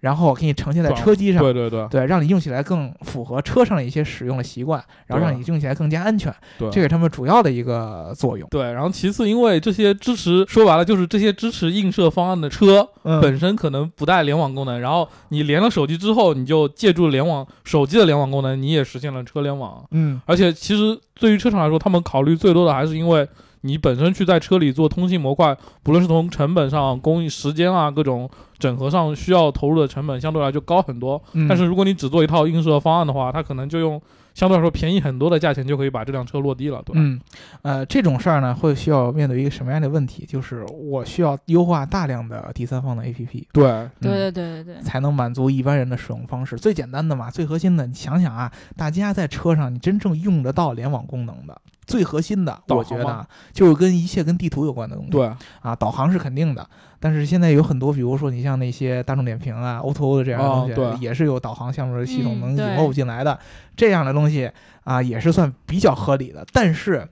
Speaker 4: 然后给你呈现在
Speaker 3: 转
Speaker 4: 车机上，
Speaker 3: 对对对
Speaker 4: 对，让你用起来更符合车上的一些使用的习惯，然后让
Speaker 3: 对
Speaker 4: 你用起来更加安全，
Speaker 3: 对
Speaker 4: 这个是他们主要的一个作用。
Speaker 3: 对。然后其次，因为这些支持说白了就是这些支持映射方案的车
Speaker 4: 嗯
Speaker 3: 本身可能不带联网功能，然后你连了手机之后，你就借助联网手机的联网功能，你也实现了车联网。
Speaker 4: 嗯
Speaker 3: 而且其实对于车厂来说，他们考虑最多的还是因为你本身去在车里做通信模块，不论是从成本上、工艺时间啊各种整合上需要投入的成本相对来就高很多。
Speaker 4: 嗯，
Speaker 3: 但是如果你只做一套映射方案的话，它可能就用相对来说便宜很多的价钱就可以把这辆车落地了，对吧？
Speaker 4: 嗯，呃，这种事儿呢，会需要面对一个什么样的问题？就是我需要优化大量的第三方的 APP，、
Speaker 3: 对，
Speaker 4: 嗯、
Speaker 2: 对对对对对，
Speaker 4: 才能满足一般人的使用方式。最简单的嘛，最核心的，你想想啊，大家在车上你真正用得到联网功能的，最核心的，
Speaker 3: 导
Speaker 4: 我
Speaker 3: 航
Speaker 4: 觉得
Speaker 3: 吗
Speaker 4: 啊就是跟一切跟地图有关的东西。
Speaker 3: 对，
Speaker 4: 啊，导航是肯定的，但是现在有很多，比如说你像那些大众点评啊、O to O 的这样的
Speaker 3: 哦
Speaker 4: 东西，
Speaker 3: 对
Speaker 4: 也是有导航项目的系统
Speaker 2: 嗯
Speaker 4: 能
Speaker 2: 对
Speaker 4: 引入进来的，这样的东西啊，也是算比较合理的。但是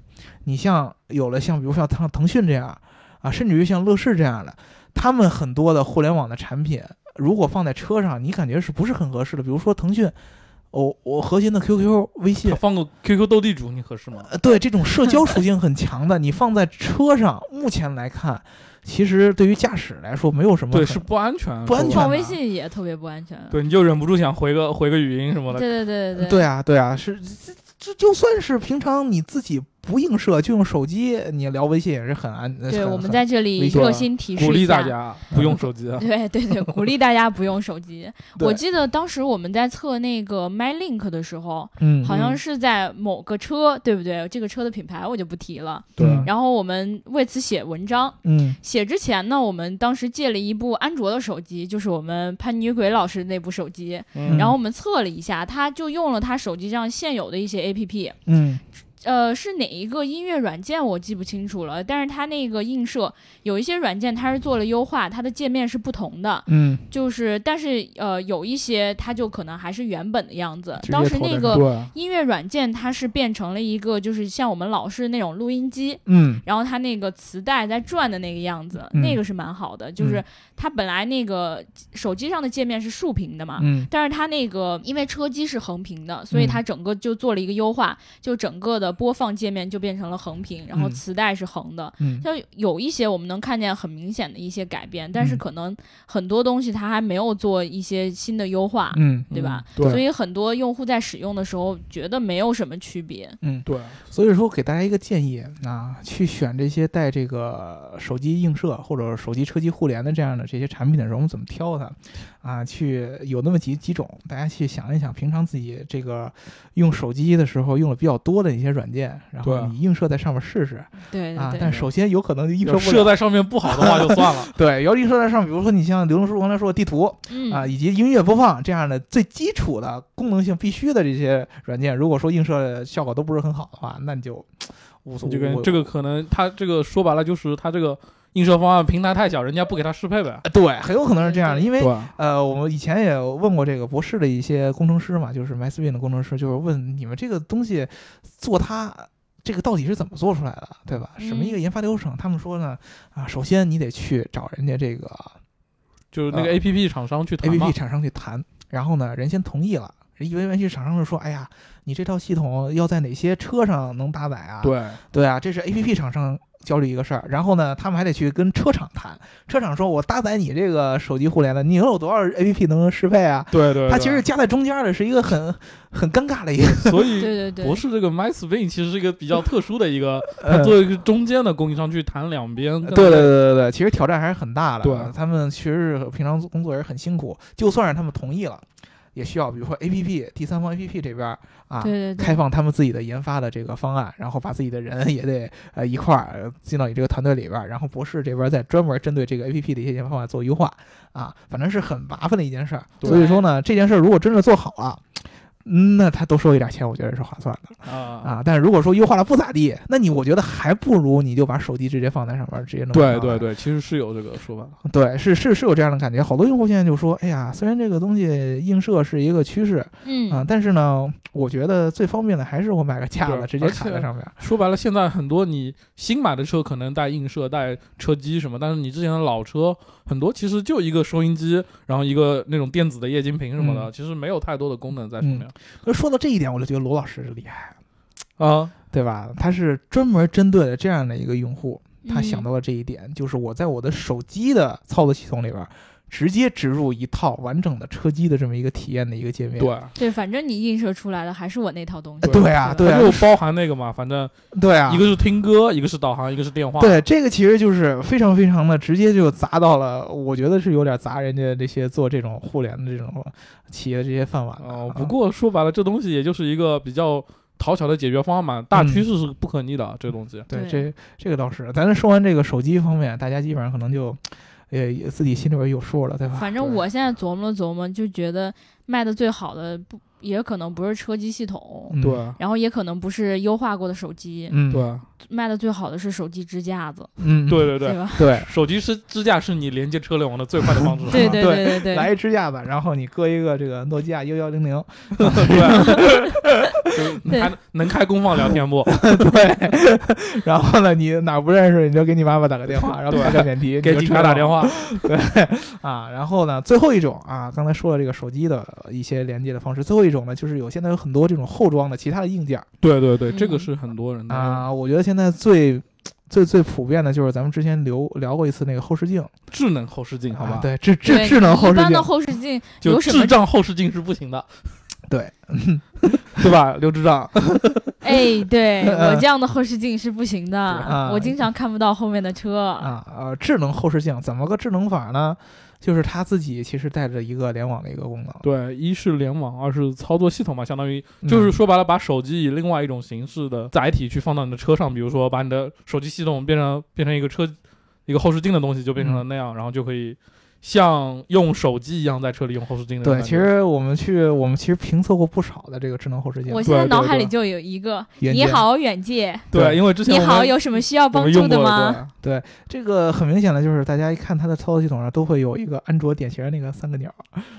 Speaker 4: 你像有了像比如像腾腾讯这样啊，甚至于像乐视这样的，他们很多的互联网的产品，如果放在车上，你感觉是不是很合适的？比如说腾讯，我、我核心的 QQ、微信
Speaker 3: 它，放个 QQ 斗地主，你合适吗？
Speaker 4: 呃，对这种社交属性很强的，你放在车上，目前来看，其实对于驾驶来说没有什么
Speaker 3: 对，
Speaker 4: 很
Speaker 3: 是不安全，
Speaker 4: 不安全啊
Speaker 3: 是吧
Speaker 2: 放
Speaker 4: 的
Speaker 2: 微信也特别不安全。
Speaker 3: 对，你就忍不住想回个回个语音什么的。
Speaker 2: 啊对对对对
Speaker 4: 对啊，对啊，是这这就算是平常你自己不映射，就用手机你聊微信也是很安。
Speaker 2: 对，
Speaker 4: 很
Speaker 2: 我们
Speaker 4: 很
Speaker 2: 在这里
Speaker 4: 微
Speaker 3: 信
Speaker 2: 热心提示
Speaker 3: 鼓励
Speaker 2: 一下
Speaker 3: 大。家不
Speaker 4: 嗯
Speaker 3: 用手机，啊
Speaker 2: 对对
Speaker 3: (laughs)
Speaker 2: 对，鼓励大家不用手机。
Speaker 4: 对
Speaker 2: 我记得当时我们在测那个 MyLink 的时候，
Speaker 4: 嗯
Speaker 2: 好像
Speaker 3: 嗯
Speaker 2: 是在某个车，对不对？这个车的品牌我就不提了。
Speaker 4: 对啊
Speaker 2: 然后我们为此写文章，
Speaker 4: 嗯
Speaker 2: 写之前呢，我们当时借了一部安卓的手机，就是我们潘女鬼老师那部手机，
Speaker 3: 嗯
Speaker 2: 然后我们测了一下，他就用了他手机上现有的一些 APP，
Speaker 4: 嗯
Speaker 2: 呃，是哪一个音乐软件我记不清楚了，但是它那个映射有一些软件它是做了优化，它的界面是不同的，
Speaker 4: 嗯，
Speaker 2: 就是但是呃有一些它就可能还是原本的样子
Speaker 4: 直。接
Speaker 2: 当时
Speaker 4: 投在
Speaker 2: 那
Speaker 4: 上
Speaker 2: 个
Speaker 3: 对，
Speaker 2: 音乐软件它是变成了一个就是像我们老式那种录音机，
Speaker 4: 嗯
Speaker 2: 然后它那个磁带在转的那个样子，
Speaker 4: 嗯
Speaker 2: 那个是蛮好的，就是
Speaker 4: 嗯
Speaker 2: 它本来那个手机上的界面是竖屏的嘛，
Speaker 4: 嗯
Speaker 2: 但是它那个因为车机是横屏的，所以它整个就做了一个优化，就整个的播放界面就变成了横屏，然后
Speaker 4: 嗯
Speaker 2: 磁带是横的。
Speaker 4: 嗯，
Speaker 2: 就有一些我们能看见很明显的一些改变，但是
Speaker 4: 嗯
Speaker 2: 可能很多东西它还没有做一些新的优化，
Speaker 4: 嗯
Speaker 2: 对吧？
Speaker 3: 嗯对
Speaker 2: 所以很多用户在使用的时候觉得没有什么区别。
Speaker 4: 嗯，
Speaker 3: 对，
Speaker 4: 所以说给大家一个建议啊，去选这些带这个手机映射或者手机车机互联的这样的这些产品的时候，我们怎么挑它啊？去有那么几几种，大家去想一想，平常自己这个用手机的时候用的比较多的一些软件，然后
Speaker 3: 对啊
Speaker 4: 你映射在上面试试
Speaker 2: 对
Speaker 4: 啊
Speaker 2: 对。对，
Speaker 4: 但首先有可能就映射
Speaker 3: 要
Speaker 4: 不
Speaker 3: 设
Speaker 4: 了。
Speaker 3: 在上面不好的话就算
Speaker 4: (laughs)
Speaker 3: 了。
Speaker 4: 对，要映射在上面，比如说你像刘能叔刚才说的地图
Speaker 2: 嗯
Speaker 4: 啊，以及音乐播放这样的最基础的功能性必须的这些软件，如果说映射效果都不是很好的话，那你就无所
Speaker 3: 这
Speaker 4: 谓。
Speaker 3: 个这个可能他这个说白了就是他这个映射方案平台太小，人家不给他适配呗。
Speaker 4: 对，很有可能是这样的，
Speaker 2: 对
Speaker 4: 因为
Speaker 3: 对
Speaker 4: 呃，我们以前也问过这个博士的一些工程师嘛，就是 m a s w i n 的工程师，就是问你们这个东西做它。这个到底是怎么做出来的，对吧？什么一个研发流程？他们说呢，啊，首先你得去找人家这个
Speaker 3: 就是那个
Speaker 4: 啊
Speaker 3: A P P 厂商去
Speaker 4: A
Speaker 3: 谈
Speaker 4: P
Speaker 3: 嘛
Speaker 4: P 厂商去谈，然后呢，人先同意了，人因为园区厂商就说，哎呀，你这套系统要在哪些车上能搭载啊？
Speaker 3: 对
Speaker 4: 对啊，这是 A P P 厂商焦虑一个事儿，然后呢，他们还得去跟车厂谈，车厂说我搭载你这个手机互联的，你能有多少 A P P 能适配啊？
Speaker 3: 对对，
Speaker 4: 它其实
Speaker 3: 对
Speaker 4: 夹在中间的是一个很很尴尬的一个，
Speaker 3: 所
Speaker 2: 对
Speaker 3: 以
Speaker 2: 对对，
Speaker 3: 博士这个 MySpin 其实是一个比较特殊的一
Speaker 4: (laughs)
Speaker 3: 个，它
Speaker 4: 呃
Speaker 3: 作为一个中间的供应商去谈两边。
Speaker 4: 对呃对对对对，其实挑战还是很大的。啊
Speaker 3: 对啊
Speaker 4: 他们其实是平常工作也是很辛苦，就算是他们同意了，也需要比如说 A P P 第三方 A P P 这边儿啊，
Speaker 2: 对
Speaker 3: 嗯
Speaker 2: 对对
Speaker 4: 开放他们自己的研发的这个方案，然后把自己的人 (laughs) 也得呃一块儿呃进到你这个团队里边儿，然后博士这边儿再专门针对这个 A P P 的一些研发方案做优化啊，反正是很麻烦的一件事儿。
Speaker 3: 对
Speaker 4: 所以说呢，这件事儿如果真的做好了。嗯那他多收一点钱，我觉得是划算的
Speaker 3: 啊，
Speaker 4: 啊。但是如果说优化的不咋地，那你我觉得还不如你就把手机直接放在上面，直接能
Speaker 3: 对对
Speaker 4: 对
Speaker 3: 对，其实是有这个说法的。
Speaker 4: 对，是是是有这样的感觉。好多用户现在就说，哎呀，虽然这个东西映射是一个趋势
Speaker 2: 嗯
Speaker 4: 啊、但是呢，我觉得最方便的还是我买个架
Speaker 3: 对
Speaker 4: 子直接
Speaker 3: 而
Speaker 4: 卡在
Speaker 3: 且
Speaker 4: 上面。
Speaker 3: 说白了，现在很多你新买的车可能带映射、带车机什么，但是你之前的老车很多其实就一个收音机，然后一个那种电子的液晶屏什么的，
Speaker 4: 嗯
Speaker 3: 其实没有太多的功能在上面、
Speaker 4: 那说到这一点，我就觉得罗老师厉害，嗯
Speaker 3: 啊。
Speaker 4: 对吧？他是专门针对了这样的一个用户，
Speaker 3: 嗯
Speaker 4: 他想
Speaker 2: 的
Speaker 4: 到了这一点，就是我在我的手机的操作系统里边儿直接植入一套完整的车机的这么一个体验的一个界面。
Speaker 3: 对，啊
Speaker 2: 对，反正你映射出来的还是我那套东西。
Speaker 4: 对啊对
Speaker 3: 它就包含那个嘛，反正
Speaker 4: 对啊，
Speaker 3: 一个啊是听歌，一个是导航，一个是电话。
Speaker 4: 对，这个其实就是非常非常的直接就砸到了，我觉得是有点砸人家这些做这种互联的这种企业的这些饭碗的
Speaker 3: 哦、
Speaker 4: 啊
Speaker 3: 不过说白了，这东西也就是一个比较讨巧的解决方案嘛，大
Speaker 4: 嗯
Speaker 3: 趋势是不可逆的，啊这东西。
Speaker 4: 对，
Speaker 2: 对
Speaker 4: 这这个倒是。咱说完这个手机方面，大家基本上可能就，呃，也自己心里边有数了，对啊吧？
Speaker 2: 反正我现在琢磨了琢磨，就觉得卖的最好的不也可能不是车机系统，
Speaker 4: 嗯，
Speaker 3: 对，啊
Speaker 2: 然后也可能不是优化过的手机，
Speaker 4: 嗯，
Speaker 3: 对，啊
Speaker 2: 卖的最好的是手机支架子，
Speaker 4: 嗯，
Speaker 3: 对对
Speaker 2: 对啊
Speaker 3: 对，
Speaker 4: (laughs)
Speaker 2: 吧？
Speaker 4: 对
Speaker 3: 手机是支架是你连接车联网的最快的方式。
Speaker 2: 对
Speaker 3: (laughs)
Speaker 4: 对
Speaker 2: 对对对，
Speaker 4: 来一支架子，然后你搁一个这个诺基亚幺幺
Speaker 3: (laughs)
Speaker 4: 零零，
Speaker 3: 对，啊
Speaker 2: (laughs)
Speaker 3: 就是
Speaker 2: 对
Speaker 3: 还能能开公放聊天不？
Speaker 4: 对，然后呢，你哪不认识，你就给你妈妈打个电话，然后
Speaker 3: 对
Speaker 4: 开个免提，
Speaker 3: 给
Speaker 4: 你就
Speaker 3: 警
Speaker 4: 知
Speaker 3: 察打
Speaker 4: 道
Speaker 3: 电话。
Speaker 4: 对啊，然后呢，最后一种啊，刚才说了这个手机的一些连接的方式，最后一种呢，就是有现在有很多这种后装的其他的硬件儿
Speaker 3: 对对对，
Speaker 2: 嗯
Speaker 3: 这个是很多人的
Speaker 4: 啊，我觉得现在最。最最普遍的就是咱们之前聊聊过一次那个后视镜，
Speaker 3: 智能后视镜，好
Speaker 4: 啊
Speaker 3: 吧？
Speaker 4: 对，智智
Speaker 2: 对
Speaker 4: 智能后
Speaker 2: 一
Speaker 4: 视
Speaker 2: 般的
Speaker 4: 镜，
Speaker 2: 后视镜
Speaker 3: 就
Speaker 2: 有什么
Speaker 3: 智？障后视镜是不行的，
Speaker 4: 对，
Speaker 3: (laughs) 对
Speaker 4: 啊
Speaker 3: 吧？刘智
Speaker 2: 啊
Speaker 3: 障，
Speaker 2: 哎，
Speaker 4: (laughs)
Speaker 2: 对我这样的后视镜是不行的
Speaker 4: 嗯啊，
Speaker 2: 我经常看不到后面的车。
Speaker 4: 啊呃，智能后视镜怎么个智能法呢？就是它自己其实带着一个联网的一个功能，
Speaker 3: 对，一是联网，二是操作系统嘛，相当于就是
Speaker 4: 嗯
Speaker 3: 说白了，把手机以另外一种形式的载体去放到你的车上，比如说把你的手机系统变成变成一个车一个后视镜的东西，就变成
Speaker 4: 嗯
Speaker 3: 了那样，然后就可以像用手机一样在车里用后视镜的
Speaker 4: 对，
Speaker 3: 感
Speaker 4: 其
Speaker 3: 觉
Speaker 4: 实我们去我们其实评测过不少的这个智能后视镜
Speaker 2: 我，现在
Speaker 3: 对对
Speaker 2: 脑海里
Speaker 3: 对
Speaker 2: 就有一个“
Speaker 4: 原
Speaker 2: 你
Speaker 4: 件
Speaker 2: 好，远界
Speaker 3: 对，
Speaker 4: 对
Speaker 3: 因为”，之前
Speaker 2: 你
Speaker 3: 我们
Speaker 2: 好，有什么需要
Speaker 3: 我
Speaker 2: 帮
Speaker 3: 们
Speaker 2: 助
Speaker 3: 用
Speaker 2: 的
Speaker 3: 过
Speaker 2: 吗？
Speaker 3: 的，
Speaker 4: 对，这个很明显的就是大家一看它的操作系统上都会有一个安卓典型的那个三个鸟，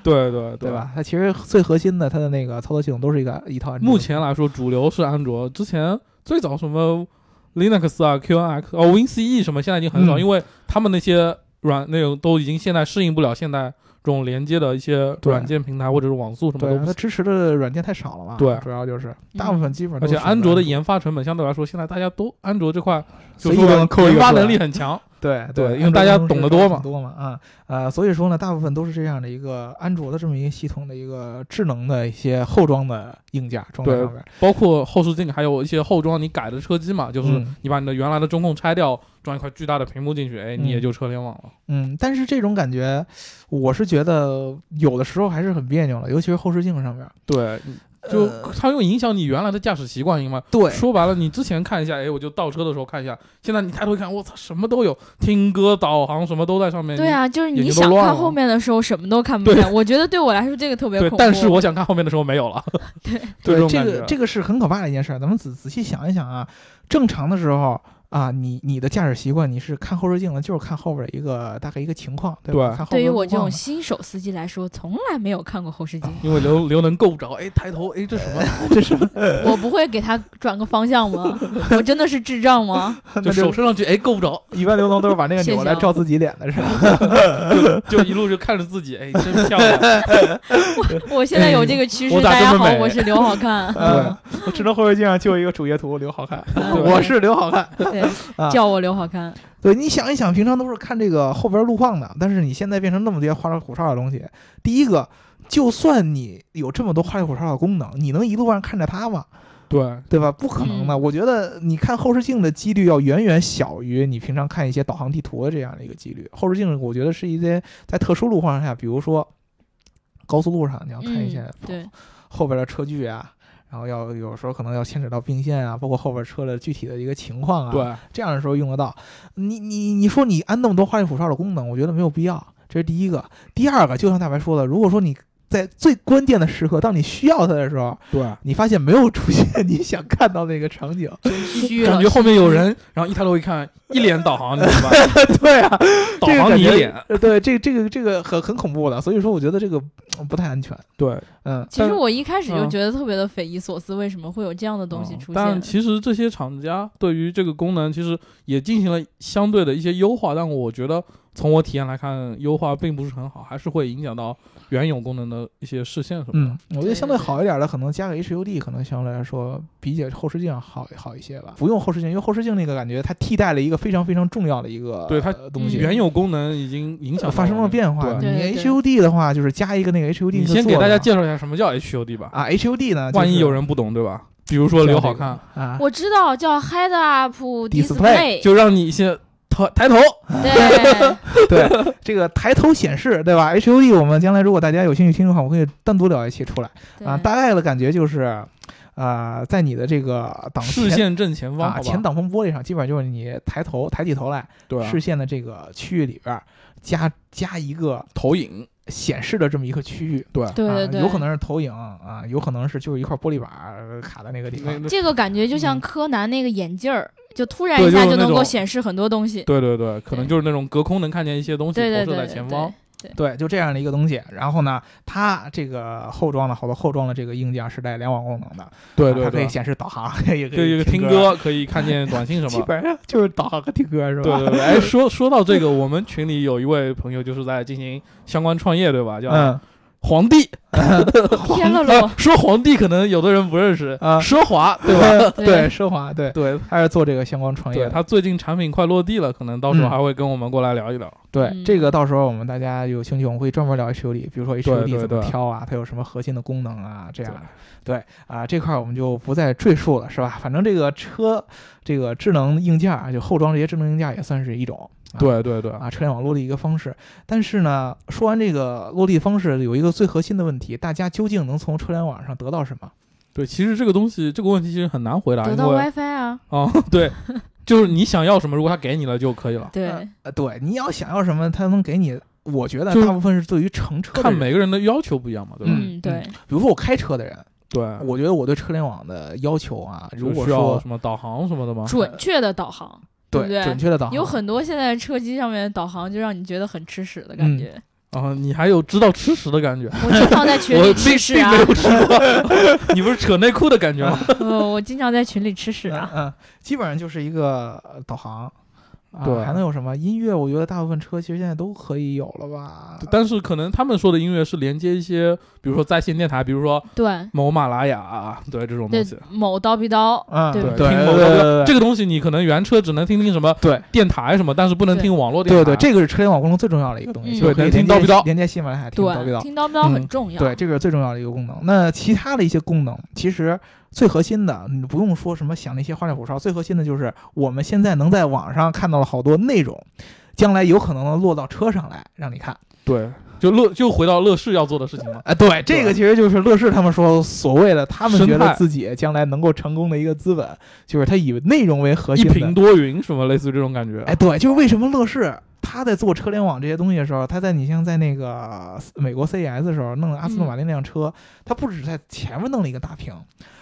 Speaker 3: 对对对啊
Speaker 4: 对？吧？它其实最核心的它的那个操作系统都是一个一套安卓。
Speaker 3: 目前来说，主流是安卓。之前最早什么 Linux 啊、QNX 哦、WinCE 什么，现在已经很少，
Speaker 4: 嗯
Speaker 3: 因为他们那些软那种都已经现在适应不了现在这种连接的一些
Speaker 4: 对
Speaker 3: 软件平台或者是网速什么
Speaker 4: 对
Speaker 3: 的。
Speaker 4: 它支持的软件太少了嘛，
Speaker 3: 对
Speaker 4: 主要就是
Speaker 2: 嗯
Speaker 4: 大部分基本
Speaker 3: 而
Speaker 4: 上都是
Speaker 3: 且
Speaker 4: 选择
Speaker 3: 安卓的研发成本相对来说，现在大家都安卓这块就
Speaker 4: 随意
Speaker 3: 说
Speaker 4: 都能扣一个
Speaker 3: 研发
Speaker 4: 出来
Speaker 3: 能力很强。
Speaker 4: 对
Speaker 3: 对因为
Speaker 4: 安卓
Speaker 3: 大家
Speaker 4: 公司
Speaker 3: 懂得
Speaker 4: 都
Speaker 3: 多
Speaker 4: 是
Speaker 3: 嘛
Speaker 4: 多嘛啊呃，所以说呢，大部分都是这样的一个安卓的这么一个系统的一个智能的一些后装的硬件装在
Speaker 3: 对
Speaker 4: 上面，
Speaker 3: 包括后视镜，还有一些后装你改的车机嘛，就是
Speaker 4: 嗯
Speaker 3: 你把你的原来的中控拆掉，装一块巨大的屏幕进去，哎，你也
Speaker 4: 嗯
Speaker 3: 就车联网了。
Speaker 4: 嗯，但是这种感觉，我是觉得有的时候还是很别扭的，尤其是后视镜上面，
Speaker 3: 对，就
Speaker 4: 呃
Speaker 3: 它会影响你原来的驾驶习惯，因为
Speaker 4: 对，
Speaker 3: 说白了，你之前看一下，哎，我就倒车的时候看一下，现在你抬头一看，我操，什么都有，听歌、导航什么都在上面。
Speaker 2: 对啊，就是
Speaker 3: 眼
Speaker 2: 你
Speaker 3: 睛都
Speaker 2: 想
Speaker 3: 乱
Speaker 2: 看
Speaker 3: 了
Speaker 2: 后面的时候什么都看不见。我觉得对我来说这个特别
Speaker 3: 你，
Speaker 2: 恐怖。，
Speaker 3: 对但是我想看后面的时候没
Speaker 4: (laughs)
Speaker 3: 有了。
Speaker 2: 对
Speaker 3: 这种
Speaker 4: 这
Speaker 3: 感
Speaker 4: 个
Speaker 3: 觉，
Speaker 4: 这个是很可怕的一件事儿。咱们仔仔细想一想啊，正常的时候啊，你你的驾驶习惯你是看后视镜的，就是看后边儿一个大概一个情况，对吧？
Speaker 3: 对
Speaker 4: 看后
Speaker 2: 对于
Speaker 4: 边儿
Speaker 2: 我
Speaker 4: 路
Speaker 2: 这种
Speaker 4: 况嘛
Speaker 2: 新手司机来说，从来没有看过后视镜，
Speaker 3: 因为刘刘能够不着，哎，抬头，哎，这什么？
Speaker 4: (laughs) 这是
Speaker 2: 我不会给他转个方向
Speaker 3: (laughs)
Speaker 2: 吗？我真的是智障吗？
Speaker 4: 那
Speaker 3: 就
Speaker 4: 就
Speaker 3: 手伸上去，哎，够不着，
Speaker 4: 一般流氓都是把那个
Speaker 2: 谢
Speaker 4: 钮
Speaker 2: 谢
Speaker 4: 来
Speaker 2: 啊
Speaker 4: 照自己脸的是吧？
Speaker 2: (laughs)
Speaker 3: (laughs) 就一路就看着自己，哎，真漂亮。
Speaker 2: 我现在有这个趋
Speaker 3: 我
Speaker 2: 势，
Speaker 3: 咋
Speaker 2: 大
Speaker 3: 这
Speaker 2: 家
Speaker 3: 么
Speaker 2: 好，
Speaker 3: 美
Speaker 2: 我是刘好
Speaker 3: (laughs)
Speaker 2: 看。
Speaker 4: 呃， (laughs) 智能后视镜上就有一个主页图，刘好看，
Speaker 2: 嗯
Speaker 4: 我是刘好看。
Speaker 2: 对
Speaker 4: 啊，
Speaker 2: 叫我刘好看。
Speaker 4: (laughs) 对，你想一想，平常都是看这个后边路况的，但是你现在变成那么多花里胡哨的东西，第一个。就算你有这么多花里胡哨的功能，你能一路上看着它吗？
Speaker 3: (laughs) 对，
Speaker 4: 对吧？不可能的。我觉得你看后视镜的几率要远远小于你平常看一些导航地图的这样的一个几率。后视镜，我觉得是一些在特殊路况下，比如说高速路上，你要看一些
Speaker 2: 嗯，对，
Speaker 4: 后边的车距啊，然后要有时候可能要牵扯到并线啊，包括后边车的具体的一个情况啊，，
Speaker 3: 对，
Speaker 4: 这样的时候用得到。你你你说你安那么多花里胡哨的功能，我觉得没有必要，这是第一个。第二个，就像大白说的，如果说你在最关键的时刻，当你需要它的时候，
Speaker 5: 对，
Speaker 4: 你发现没有出现你想看到那个场景。
Speaker 2: 虚
Speaker 3: 感
Speaker 2: 了
Speaker 3: 觉，后面有人， (laughs) 然后一抬头一看，一脸导航，你知 (laughs) 道吧？
Speaker 4: (laughs) 对啊，
Speaker 3: 导
Speaker 4: 这个
Speaker 3: 航
Speaker 4: 感
Speaker 3: 你一
Speaker 4: 觉
Speaker 3: 脸，
Speaker 4: 呃对， (laughs) 这个这个这个很很恐怖的，所以说我觉得这个嗯不太安全。
Speaker 3: 对，
Speaker 4: 嗯，
Speaker 2: 其实
Speaker 3: 但
Speaker 2: 我一开始就
Speaker 3: 嗯
Speaker 2: 觉得特别的匪夷所思，为什么会有这样的东西
Speaker 3: 嗯
Speaker 2: 出
Speaker 3: 但
Speaker 2: 现？
Speaker 3: 其实这些厂家对于这个功能其实也进行了相对的一些优化，但我觉得从我体验来看，优化并不是很好，还是会影响到原有功能的一些视线什么的。
Speaker 4: 嗯，我觉得相对好一点的，可能加个 HUD，可能相对来说比起后视镜好好一些吧。不用后视镜，因为后视镜那个感觉它替代了一个非常非常重要的一个
Speaker 3: 对它
Speaker 4: 呃东西。
Speaker 2: 嗯
Speaker 3: 原有功能已经影响
Speaker 4: 发生了
Speaker 3: 化。
Speaker 4: 变化，
Speaker 3: 对
Speaker 2: 对
Speaker 4: 你
Speaker 2: 对
Speaker 4: HUD 的话就是加一个那个 HUD，
Speaker 3: 你
Speaker 4: 那个
Speaker 3: 先给
Speaker 4: 座
Speaker 3: 大
Speaker 4: 嘛
Speaker 3: 家介绍一下什么叫 HUD 吧，
Speaker 4: 啊 HUD 呢，
Speaker 3: 万一有
Speaker 4: 人。
Speaker 3: 人不懂，对吧？比如说刘好看，
Speaker 4: (laughs) 啊，
Speaker 2: 我知道叫 Head Up
Speaker 4: Display
Speaker 2: Display，
Speaker 3: 就啊让你先抬抬头， (laughs)
Speaker 2: 对，
Speaker 4: 对这个抬头显示，对吧？HUD 我们将来如果大家有兴趣听的话，我可以单独聊一期出来
Speaker 2: 对
Speaker 4: 啊。大概的感觉就是，呃，在你的这个挡
Speaker 3: 视
Speaker 4: 前
Speaker 3: 线正前方，
Speaker 4: 啊
Speaker 3: 好吧
Speaker 4: 前挡风玻璃上，基本上就是你抬头抬起头来，
Speaker 3: 对啊
Speaker 4: 视线的这个区域里边儿加加一个
Speaker 3: 投影，
Speaker 4: 显示的这么一个区域。
Speaker 3: 对
Speaker 2: 对对
Speaker 4: 啊，
Speaker 2: 对，
Speaker 4: 有可能是投影啊，有可能是就是一块玻璃板儿卡在那个地
Speaker 3: 那
Speaker 4: 方。 (laughs)
Speaker 3: 那
Speaker 2: 这个感觉就像
Speaker 3: 嗯
Speaker 2: 柯南那个眼镜儿，就突然
Speaker 3: 对
Speaker 2: 一下
Speaker 3: 就是那
Speaker 2: 能够
Speaker 3: 种
Speaker 2: 显示很多东西。
Speaker 3: 对对对，可能就是那种隔空能看见一些东西
Speaker 2: 对对
Speaker 3: 投
Speaker 2: 对
Speaker 3: 射在
Speaker 2: 对
Speaker 3: 前
Speaker 2: 对
Speaker 3: 方，
Speaker 4: 对，就这样的一个东西。然后呢，它这个后装的好多后装的这个硬件是带联网功能的，啊
Speaker 3: 对
Speaker 4: 它
Speaker 3: 对
Speaker 4: 可以
Speaker 3: 对，
Speaker 4: 显示导航， (laughs) 也可
Speaker 3: 对，有
Speaker 4: 以
Speaker 3: 个听
Speaker 4: 歌，
Speaker 3: 歌可以看见短信什
Speaker 4: 基
Speaker 3: 么。
Speaker 4: 本上就是导航和听歌是吧？
Speaker 3: 对对对，哎，说说到这个，我们群里有一位朋友就是在进行相关创业，对吧？叫
Speaker 4: 嗯，
Speaker 3: 皇帝，
Speaker 2: (laughs) 天乐
Speaker 3: 呃
Speaker 2: 乐，
Speaker 3: (laughs) 说皇帝可能有的人不认识，
Speaker 4: 啊
Speaker 3: 奢华，对吧？
Speaker 4: 对吧？
Speaker 2: 对
Speaker 4: (laughs) 对，奢华，对，
Speaker 3: 对，
Speaker 4: 他是做这个相关创业
Speaker 3: 对
Speaker 4: 的。
Speaker 3: 他最近产品快落地了，可能到时候
Speaker 4: 嗯
Speaker 3: 还会跟我们过来聊一聊。
Speaker 4: 对
Speaker 2: 嗯
Speaker 4: 这个，到时候我们大家有兴趣，我们会专门聊 HUD，比如说
Speaker 3: 对
Speaker 4: HUD 怎么
Speaker 3: 对
Speaker 4: 挑啊，它有什么核心的功能啊，这样的。对啊，这块儿我们就不再赘述了，是吧？反正这个车，这个智能硬件啊儿，就后装这些智能硬件儿也算是一种。啊
Speaker 3: 对对对，
Speaker 4: 啊，车联网落地一个方式。但是呢，说完这个落地方式，有一个最核心的问题，大家究竟能从车联网上得到什么？
Speaker 3: 对，其实这个东西这个问题其实很难回答，
Speaker 2: 得
Speaker 3: 因
Speaker 2: 到
Speaker 3: 为
Speaker 2: WiFi 啊，
Speaker 3: 啊， (laughs) 对，就是你想要什么，如果他给你了就可以了。
Speaker 2: 对
Speaker 4: 呃，对，你要想要什么，它能给你。我觉得
Speaker 3: 就是
Speaker 4: 大部分是对于乘车的
Speaker 3: 看
Speaker 4: 人，
Speaker 3: 每个人的要求不一样嘛，对吧？
Speaker 4: 嗯
Speaker 2: 嗯对，
Speaker 4: 比如说我开车的人，
Speaker 3: 对，
Speaker 4: 我觉得我对车联网的要求啊，如
Speaker 3: 啊就
Speaker 4: 果
Speaker 3: 需要
Speaker 4: 说
Speaker 3: 什么导航什么的吗？
Speaker 2: 准确的导航，对不对
Speaker 4: 准确的导航，
Speaker 2: 有很多现在车机上面的导航就让你觉得很吃屎的感觉。
Speaker 3: 啊，你还有知道吃屎的感觉？
Speaker 4: 嗯
Speaker 2: (laughs) 我经常在群
Speaker 3: 我
Speaker 2: 里
Speaker 3: 并
Speaker 2: 吃屎
Speaker 3: 并
Speaker 2: 啊
Speaker 3: 没，有吃过， (laughs) 你不是扯内裤的感觉
Speaker 2: (laughs)
Speaker 3: 吗？
Speaker 2: 我我经常在群里吃屎
Speaker 4: 嗯
Speaker 2: 啊。
Speaker 4: 嗯，基本上就是一个呃导航。啊
Speaker 3: 对
Speaker 4: 还能有什么音乐？我觉得大部分车其实现在都可以有了吧。
Speaker 3: 但是可能他们说的音乐是连接一些，比如说在线电台，比如
Speaker 4: 嗯
Speaker 3: 说
Speaker 2: 对
Speaker 3: 某马拉雅啊，对这种东
Speaker 2: 对
Speaker 3: 西，，
Speaker 2: 某刀逼刀，
Speaker 4: 嗯，
Speaker 2: 对
Speaker 4: 对
Speaker 2: 对
Speaker 3: 听
Speaker 4: 对
Speaker 3: 某个
Speaker 4: 对
Speaker 3: 这个东西你可能原车只能听听什么
Speaker 4: 对
Speaker 3: 电台什么，但是不能听网络电
Speaker 4: 对
Speaker 3: 台。啊
Speaker 4: 对，这个是车联网功能最重要的一个东西，
Speaker 2: 嗯
Speaker 4: 就
Speaker 2: 对
Speaker 4: 是可以
Speaker 3: 能听
Speaker 4: 连
Speaker 3: 叨逼
Speaker 4: 接
Speaker 3: 叨
Speaker 4: 连接喜马拉雅听叨逼
Speaker 2: 对，
Speaker 4: 叨。
Speaker 2: 听刀逼刀很
Speaker 3: 嗯
Speaker 2: 重要。
Speaker 4: 对，这个是最重要的一个功能。那其他的一些功能，其实最核心的，你不用说什么想那些花里胡哨，最核心的就是我们现在能在网上看到了好多内容，将来有可能能落到车上来让你看。
Speaker 3: 对，就乐就回到乐视要做的事情了。
Speaker 4: 啊，对，这个
Speaker 3: 对
Speaker 4: 其实就是乐视他们说所谓的他们
Speaker 3: 生
Speaker 4: 觉
Speaker 3: 态
Speaker 4: 得自己将来能够成功的一个资本，就是他以内容为核
Speaker 3: 一
Speaker 4: 心的。
Speaker 3: 屏多云什么类似于这种感觉，
Speaker 4: 哎，对，就是为什么乐视他在做车联网这些东西的时候，他在你像在那个美国 CES 的时候弄阿斯
Speaker 2: 嗯
Speaker 4: 顿马丁那辆车，他不止在前面弄了一个大屏，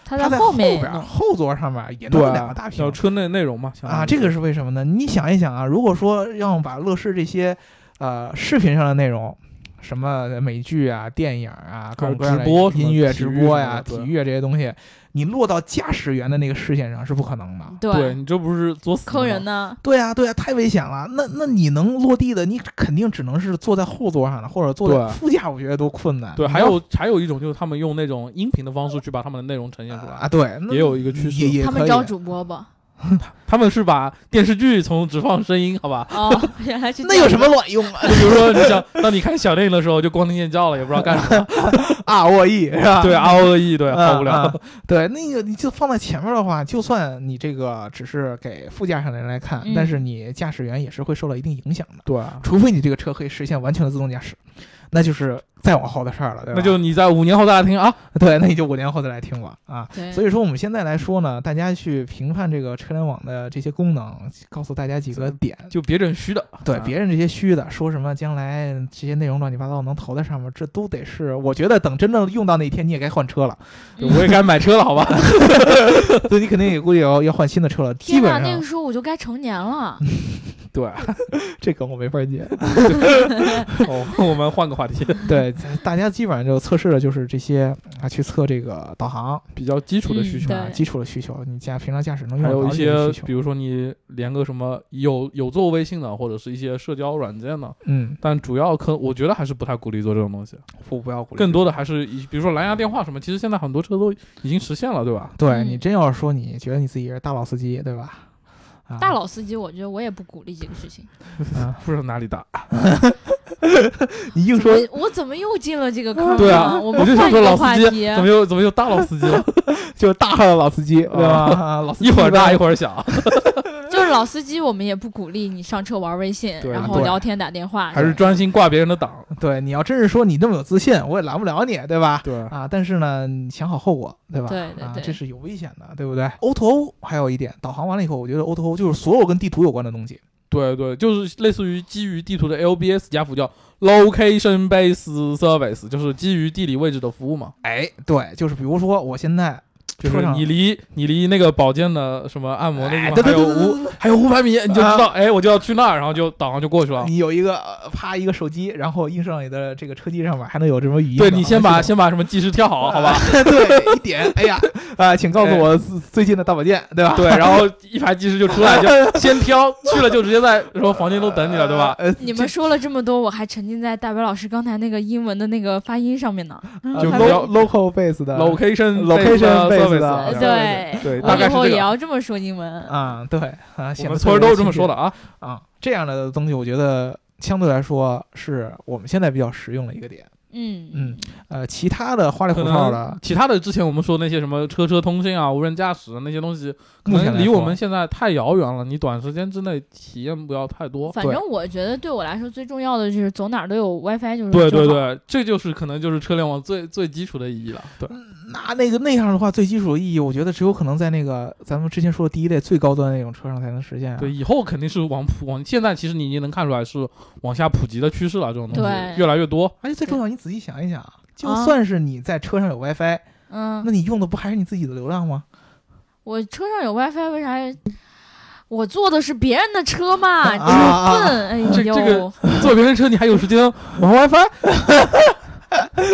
Speaker 2: 他
Speaker 4: 他
Speaker 2: 在
Speaker 4: 在
Speaker 2: 后面
Speaker 4: 面
Speaker 2: 也弄
Speaker 4: 后座上面也弄
Speaker 3: 对啊
Speaker 4: 了两个大
Speaker 3: 要
Speaker 4: 屏
Speaker 3: 车内内容嘛相当
Speaker 4: 啊，
Speaker 3: 于
Speaker 4: 这个是为什么呢？你想一想啊，如果说要把乐视这些呃视频上的内容。什么美剧啊、电影啊、各种各样的
Speaker 3: 直播什么
Speaker 4: 音乐
Speaker 3: 体
Speaker 4: 直
Speaker 3: 育什
Speaker 4: 播
Speaker 3: 么
Speaker 4: 呀、
Speaker 3: 的对
Speaker 4: 体育啊这些东西，你落到驾驶员的那个视线上是不可能的。
Speaker 3: 对
Speaker 2: 对
Speaker 3: 你这不是作死
Speaker 2: 坑人
Speaker 3: 的
Speaker 2: 呢，
Speaker 4: 对呀、对呀、啊太危险了。那那你能落地的，你肯定只能是坐在后座上了，或者坐在
Speaker 3: 对
Speaker 4: 副驾，我觉得多困难。
Speaker 3: 吗。对，
Speaker 4: 你
Speaker 3: 还
Speaker 4: 要
Speaker 3: 有还有一种就是他们用那种音频的方式去把他们的内容呈现出来，
Speaker 4: 啊，对，那
Speaker 3: 也有一个趋
Speaker 4: 也
Speaker 3: 势。
Speaker 4: 也
Speaker 2: 他们
Speaker 4: 可以啊
Speaker 2: 招主播吧？
Speaker 3: 他们是把电视剧从只放声音，好吧？ (laughs)
Speaker 2: 哦， (laughs) 原来是这
Speaker 4: 那有
Speaker 2: 样
Speaker 4: 什么卵用啊？ (laughs)
Speaker 3: 就比如说，你想当你看小电影的时候，就光听见叫了，也不知道干什
Speaker 4: (laughs)
Speaker 3: 么。
Speaker 4: 啊，我 E 是吧？
Speaker 3: 对，R O E，对， (laughs)
Speaker 4: 啊。
Speaker 3: 好无聊
Speaker 4: 啊。对，那个你就放在前面的话，就算你这个只是给副驾上的人来看，
Speaker 2: 嗯
Speaker 4: 但是你驾驶员也是会受到一定影响的，
Speaker 3: 对，
Speaker 4: 除非你这个车可以实现完全的自动驾驶那就是再往后的事儿了，对吧？
Speaker 3: 那就你在五年后再来听啊，
Speaker 4: (laughs) 对，那你就五年后再来听吧啊。
Speaker 2: 对，
Speaker 4: 所以说我们现在来说呢，大家去评判这个车联网的这些功能，告诉大家几个点，
Speaker 3: 就别整虚
Speaker 4: (laughs)
Speaker 3: 的。
Speaker 4: 对
Speaker 3: 啊
Speaker 4: 别人这些虚的，说什么将来这些内容乱七八糟能投在上面，这都得是，我觉得等真正用到那一天，你也该换车了，
Speaker 3: 对我也该买车了，好吧？
Speaker 4: (laughs) 对你肯定也估计要要换新的车了。基
Speaker 2: 天
Speaker 4: 本
Speaker 2: 哪，
Speaker 4: 上，
Speaker 2: 那个时候我就该成年了。
Speaker 4: 对，这梗我没法接。
Speaker 3: 哦， (laughs) 我们换个话题，
Speaker 4: 对，大家基本上就测试的就是这些啊，去测这个导航
Speaker 3: 比较基础的需
Speaker 2: 嗯，
Speaker 3: 求
Speaker 4: 啊
Speaker 2: 对，
Speaker 4: 基础的需求，你驾平常驾驶能用
Speaker 3: 还
Speaker 4: 得
Speaker 3: 有
Speaker 4: 到
Speaker 3: 一
Speaker 4: 的这
Speaker 3: 些，
Speaker 4: 需
Speaker 3: 比
Speaker 4: 求。
Speaker 3: 如说你连个什么有有做微信的，或者是一些社交软件的，
Speaker 4: 嗯，
Speaker 3: 但主要可我觉得还是不太鼓励做这种东西，
Speaker 4: 不不要鼓励。
Speaker 3: 更多的还是以比如说蓝牙电话什么，其实现在很多车都已经实现了，对吧？ (laughs)
Speaker 4: 对
Speaker 2: 嗯
Speaker 4: 你真要是说你觉得你自己是大佬司机，对吧？啊、
Speaker 2: 大佬司机，我觉得我也不鼓励这个事情。
Speaker 4: 啊，
Speaker 3: 不知道哪里大，
Speaker 4: 你硬
Speaker 2: 我
Speaker 4: 说
Speaker 2: 我怎么又进了这个坑？
Speaker 3: 对 (laughs) 啊，
Speaker 2: 我们
Speaker 3: 我就
Speaker 2: 换
Speaker 3: 想
Speaker 2: 一
Speaker 3: 说
Speaker 2: 个
Speaker 3: 老
Speaker 2: 话
Speaker 3: 司机
Speaker 2: 题。
Speaker 3: 怎么又怎么又大老司 (laughs) 机了，
Speaker 4: 就是大号的老司机，对吧？啊老司机
Speaker 3: 哦一会儿大一
Speaker 4: 儿
Speaker 3: 会儿 (laughs) 小，
Speaker 2: 就是老司机，我们也不鼓励你上车玩微信，
Speaker 3: 对
Speaker 2: 然后
Speaker 4: 对
Speaker 2: 聊天打电话。
Speaker 3: 还是专心挂别人的档，
Speaker 4: 对，你要真是说你那么有自信，我也拦不了你，对吧？
Speaker 3: (laughs) 对，
Speaker 4: 啊，但是呢，你想好后果，对吧？
Speaker 2: 对对
Speaker 4: 啊
Speaker 2: 对，
Speaker 4: 这是有危险的，对不对？O to O 还有一点，导航完了以后，我觉得 O to O 就是所有跟地图有关的东西。
Speaker 3: 对对，就是类似于基于地图的 LBS 加辅叫 Location Based Service，就是基于地理位置的服务嘛。
Speaker 4: 哎，对，就是比如说我现在
Speaker 3: 就
Speaker 4: 车
Speaker 3: 是
Speaker 4: 上
Speaker 3: 你离你离那个保健的什么按摩那
Speaker 4: 哎
Speaker 3: 地
Speaker 4: 对
Speaker 3: 方还
Speaker 4: 对
Speaker 3: 有
Speaker 4: 对对啊
Speaker 3: 五
Speaker 4: 对
Speaker 3: 还有五百米，你就知道，哎，我就要去那儿，然后就导航就过去了
Speaker 4: 对，。你有一个呃啪一个手机，然后映射到你的这个车机上面，还啊能有这么语音导
Speaker 3: 对
Speaker 4: 航系统。
Speaker 3: 你先把先把什么计时调好，好吧？
Speaker 4: (laughs) 对一点，哎呀 (laughs) 啊，请告诉我最近的大保健，对吧？
Speaker 3: (laughs) 对，然后一排计时就出来，
Speaker 4: (laughs)
Speaker 3: 就先挑去了就直接在什么房间都 (laughs) 等你了，对吧？
Speaker 4: 呃，
Speaker 2: 你们说了这么多，我还沉浸在大伟老师刚才那个英文的那个发音上面呢。
Speaker 3: 就
Speaker 4: 它
Speaker 3: 比较
Speaker 4: local base 的
Speaker 3: Location
Speaker 4: 啊 location 啊
Speaker 3: based
Speaker 4: based 的
Speaker 3: service 啊
Speaker 2: 对，
Speaker 3: 对，
Speaker 2: 我
Speaker 3: 大
Speaker 2: 以
Speaker 3: 概是
Speaker 2: 后
Speaker 3: 这
Speaker 2: 也
Speaker 3: 个。
Speaker 2: 要这么说英文。
Speaker 4: 啊，对啊，显
Speaker 3: 我
Speaker 4: 得
Speaker 3: 们
Speaker 4: 特
Speaker 3: 村
Speaker 4: 别
Speaker 3: 儿都是这
Speaker 4: 亲
Speaker 3: 么
Speaker 4: 切
Speaker 3: 说的啊，
Speaker 4: 啊。这样的东西，我觉得相对来说是我们现在比较实用的一个点。
Speaker 2: 嗯
Speaker 4: 嗯，呃，其他的花里胡
Speaker 3: 可
Speaker 4: 哨
Speaker 3: 能
Speaker 4: 的，
Speaker 3: 其他的之前我们说那些什么车车通信啊、无人驾驶那些东西，可
Speaker 4: 目前
Speaker 3: 能
Speaker 4: 来
Speaker 3: 离
Speaker 4: 说
Speaker 3: 我们现在太遥远了，你短时间之内体验不要太多。
Speaker 2: 反
Speaker 4: 对
Speaker 2: 正我觉得对我来说最重要的就是走哪儿都有 WiFi，就是
Speaker 3: 对对
Speaker 2: 嗯就好
Speaker 3: 对，这就是可能就是车联网最最基础的意义了。对，
Speaker 4: 那那个那样的话，最基础的意义，我觉得只有可能在那个咱们之前说的第一类最高端的那种车上才能实现、啊。
Speaker 3: 对，以后肯定是往普往，现在其实你已经能看出来是往下普及的趋势了，这种东
Speaker 2: 对
Speaker 3: 西越来越多。
Speaker 4: 而且最重要，你仔细想一想啊，就
Speaker 2: 啊
Speaker 4: 算是你在车上有 WiFi，、
Speaker 2: 嗯，
Speaker 4: 那你用的不还是你自己的流量吗？
Speaker 2: 我车上有 WiFi，为啥我坐的是别人的车嘛？你
Speaker 4: 啊啊
Speaker 2: 这笨！哎
Speaker 3: 这这
Speaker 2: 呦
Speaker 3: 个，坐别人车你还有时间玩
Speaker 2: (laughs)
Speaker 3: WiFi？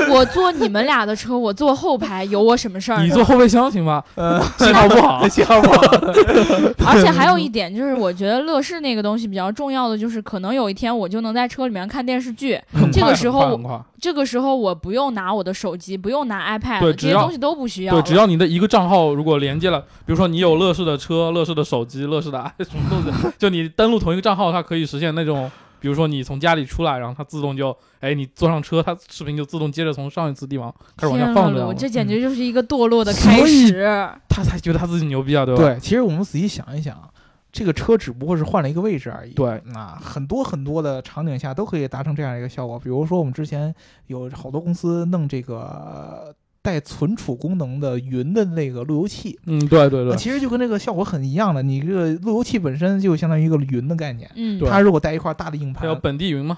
Speaker 2: 我坐你们俩的车，我坐后排，有我什么事儿
Speaker 3: 你 (laughs)
Speaker 2: 呢？
Speaker 3: 坐后备箱行
Speaker 2: (laughs)
Speaker 3: 吗？
Speaker 4: 呃，，
Speaker 3: 信号不好 (laughs)
Speaker 4: 信号不好。
Speaker 2: 而且还有一点就是，我觉得乐视那个东西比较重要的就是，可能有一天我就能在车里面看电视剧，这个时候
Speaker 3: 很快很快
Speaker 2: 这个时候我不用拿我的手机，不用拿 iPad，
Speaker 3: 对
Speaker 2: 这
Speaker 3: 只
Speaker 2: 些
Speaker 3: 要
Speaker 2: 东西都不需要
Speaker 3: 对，
Speaker 2: 了。
Speaker 3: 只要你的一个账号如果连接了，比如说你有乐视的车、乐视的手机、乐视的什么东西，就你登录同一个账号，它可以实现那种。比如说你从家里出来，然后它自动就，哎，你坐上车，它视频就自动接着从上一次地方开始往下
Speaker 2: 天
Speaker 3: 放
Speaker 2: 呐
Speaker 3: 着
Speaker 2: 我
Speaker 3: 了，
Speaker 2: 这简直就是一个堕落的开
Speaker 4: 所以
Speaker 2: 始。
Speaker 3: 它才觉得它自己牛逼啊，对吧？
Speaker 4: 对，其实我们仔细想一想，这个车只不过是换了一个位置而已。
Speaker 3: 对，
Speaker 4: 那很多很多的场景下都可以达成这样一个效果。比如说，我们之前有好多公司弄这个呃带存储功能的云的那个路由器，
Speaker 3: 嗯，对对
Speaker 4: 那
Speaker 3: 对，
Speaker 4: 其实就跟这个效果很一样的。你这个路由器本身就相当于一个云的概念。
Speaker 2: 嗯，
Speaker 3: 对
Speaker 4: 它如果带一块大的硬
Speaker 3: 还有
Speaker 4: 盘，
Speaker 3: 本地云嘛，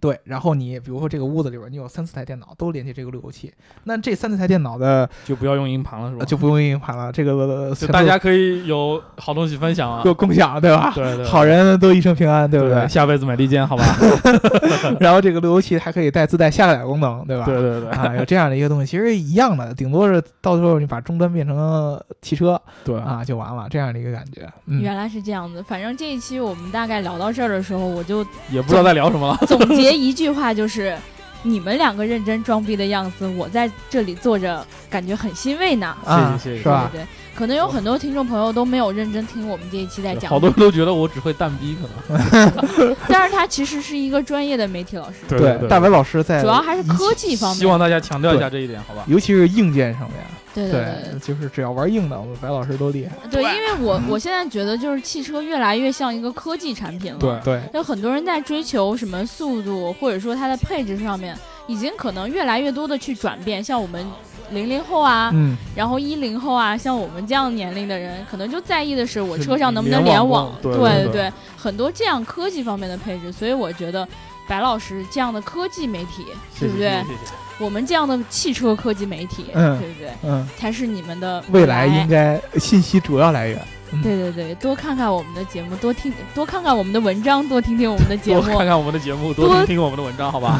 Speaker 4: 对，然后你比如说这个屋子里边你有三四台电脑都连接这个路由器，那这三四台电脑的
Speaker 3: 就不要用硬盘了，是吧？
Speaker 4: 呃就不用硬盘了，这个
Speaker 3: 就
Speaker 4: 全
Speaker 3: 大
Speaker 4: 都
Speaker 3: 家可以有好东西分享啊，
Speaker 4: 有共享，对吧？
Speaker 3: 对对，
Speaker 4: 好人都一生平安，对
Speaker 3: 对
Speaker 4: 不对？
Speaker 3: 下辈子买利剑，好吧？ (laughs)
Speaker 4: 然后这个路由器还可以带自带下载功能，对吧？
Speaker 3: 对对对
Speaker 4: 啊，有这样的一个东西，其实一样的，顶多是到时候你把终端变成汽车
Speaker 3: 对，
Speaker 4: 啊，就完了，这样的一个感觉。嗯，
Speaker 2: 原来是这样子，反正这一期我们大概聊到这儿的时候，我就
Speaker 3: 也不知道在聊什么了。
Speaker 2: 总结一句话，就是你们两个认真装逼的样子，我在这里坐着感觉很欣慰呢，
Speaker 4: 啊，
Speaker 3: 谢谢谢谢
Speaker 4: 是吧？
Speaker 2: 对对对，可能有很多听众朋友都没有认真听我们这一期在讲，
Speaker 3: 好多人都觉得我只会蛋逼，可能
Speaker 2: 但是他其实是一个专业的媒体老师，
Speaker 3: 对
Speaker 4: 大白老师在
Speaker 2: 主要还是科技方
Speaker 3: 希
Speaker 2: 面。
Speaker 3: 望大家强调一下这一点，好吧？
Speaker 4: 尤其是硬件上面，
Speaker 2: 对对
Speaker 4: 对，就是只要玩硬的，我们白老师都厉害。啊
Speaker 2: 对，因为我我现在觉得就是汽车越来越像一个科技产品了。
Speaker 3: 对
Speaker 4: 对，
Speaker 2: 有很多人在追求什么速度，或者说它的配置上面，已经可能越来越多的去转变。像我们零零后啊，
Speaker 4: 嗯，
Speaker 2: 然后一零后啊，像我们这样年龄的人，可能就在意的是我
Speaker 3: 是
Speaker 2: 车上能不能
Speaker 3: 联
Speaker 2: 联
Speaker 3: 网
Speaker 2: 网。
Speaker 3: 对
Speaker 2: 对
Speaker 3: 对对
Speaker 2: 很多这样科技方面的配置，所以我觉得白老师这样的科技媒体，
Speaker 4: 谢
Speaker 2: 对不
Speaker 4: 谢
Speaker 2: 对
Speaker 4: 谢？谢谢谢
Speaker 2: 我们这样的汽车科技媒体，
Speaker 4: 嗯
Speaker 2: 对不对？
Speaker 4: 嗯，
Speaker 2: 才是你们的
Speaker 4: 未来应该信息主要来源。
Speaker 2: 对对对，多看看我们的节目，多听多看看我们的文章，多听听我们的节
Speaker 4: (laughs)
Speaker 5: 多
Speaker 2: 目。
Speaker 5: 看看我们的节目，多
Speaker 2: 多
Speaker 5: 听听我们的文章，好
Speaker 2: (laughs)
Speaker 5: 吧？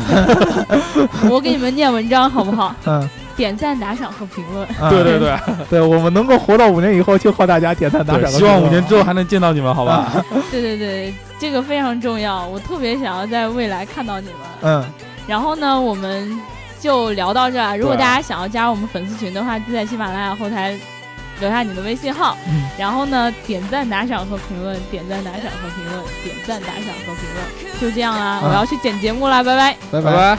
Speaker 2: 我给你们念文章好不好？ (laughs)
Speaker 4: 嗯，
Speaker 2: 点赞、打赏和评论。
Speaker 4: 嗯
Speaker 5: 对对对，
Speaker 4: 对，我们能够活到五年以后，就靠大家点赞打赏
Speaker 3: 对，
Speaker 4: 和评论了。
Speaker 3: 希望五年之后还能见到你们，好吧？
Speaker 2: 对对对，这个非常重要，我特别想要在未来看到你们。
Speaker 4: 嗯，
Speaker 2: 然后呢，我们就聊到这儿。如果
Speaker 4: 对啊
Speaker 2: 大家想要加入我们粉丝群的话，就在喜马拉雅后台留下你的微信号，
Speaker 4: 嗯
Speaker 2: 然后呢，点赞、打赏和评论，点赞、打赏和评论，点赞、打赏和评论，就这样啦。
Speaker 4: 嗯
Speaker 2: 我要去剪节目啦，拜拜。
Speaker 4: 拜
Speaker 3: 拜。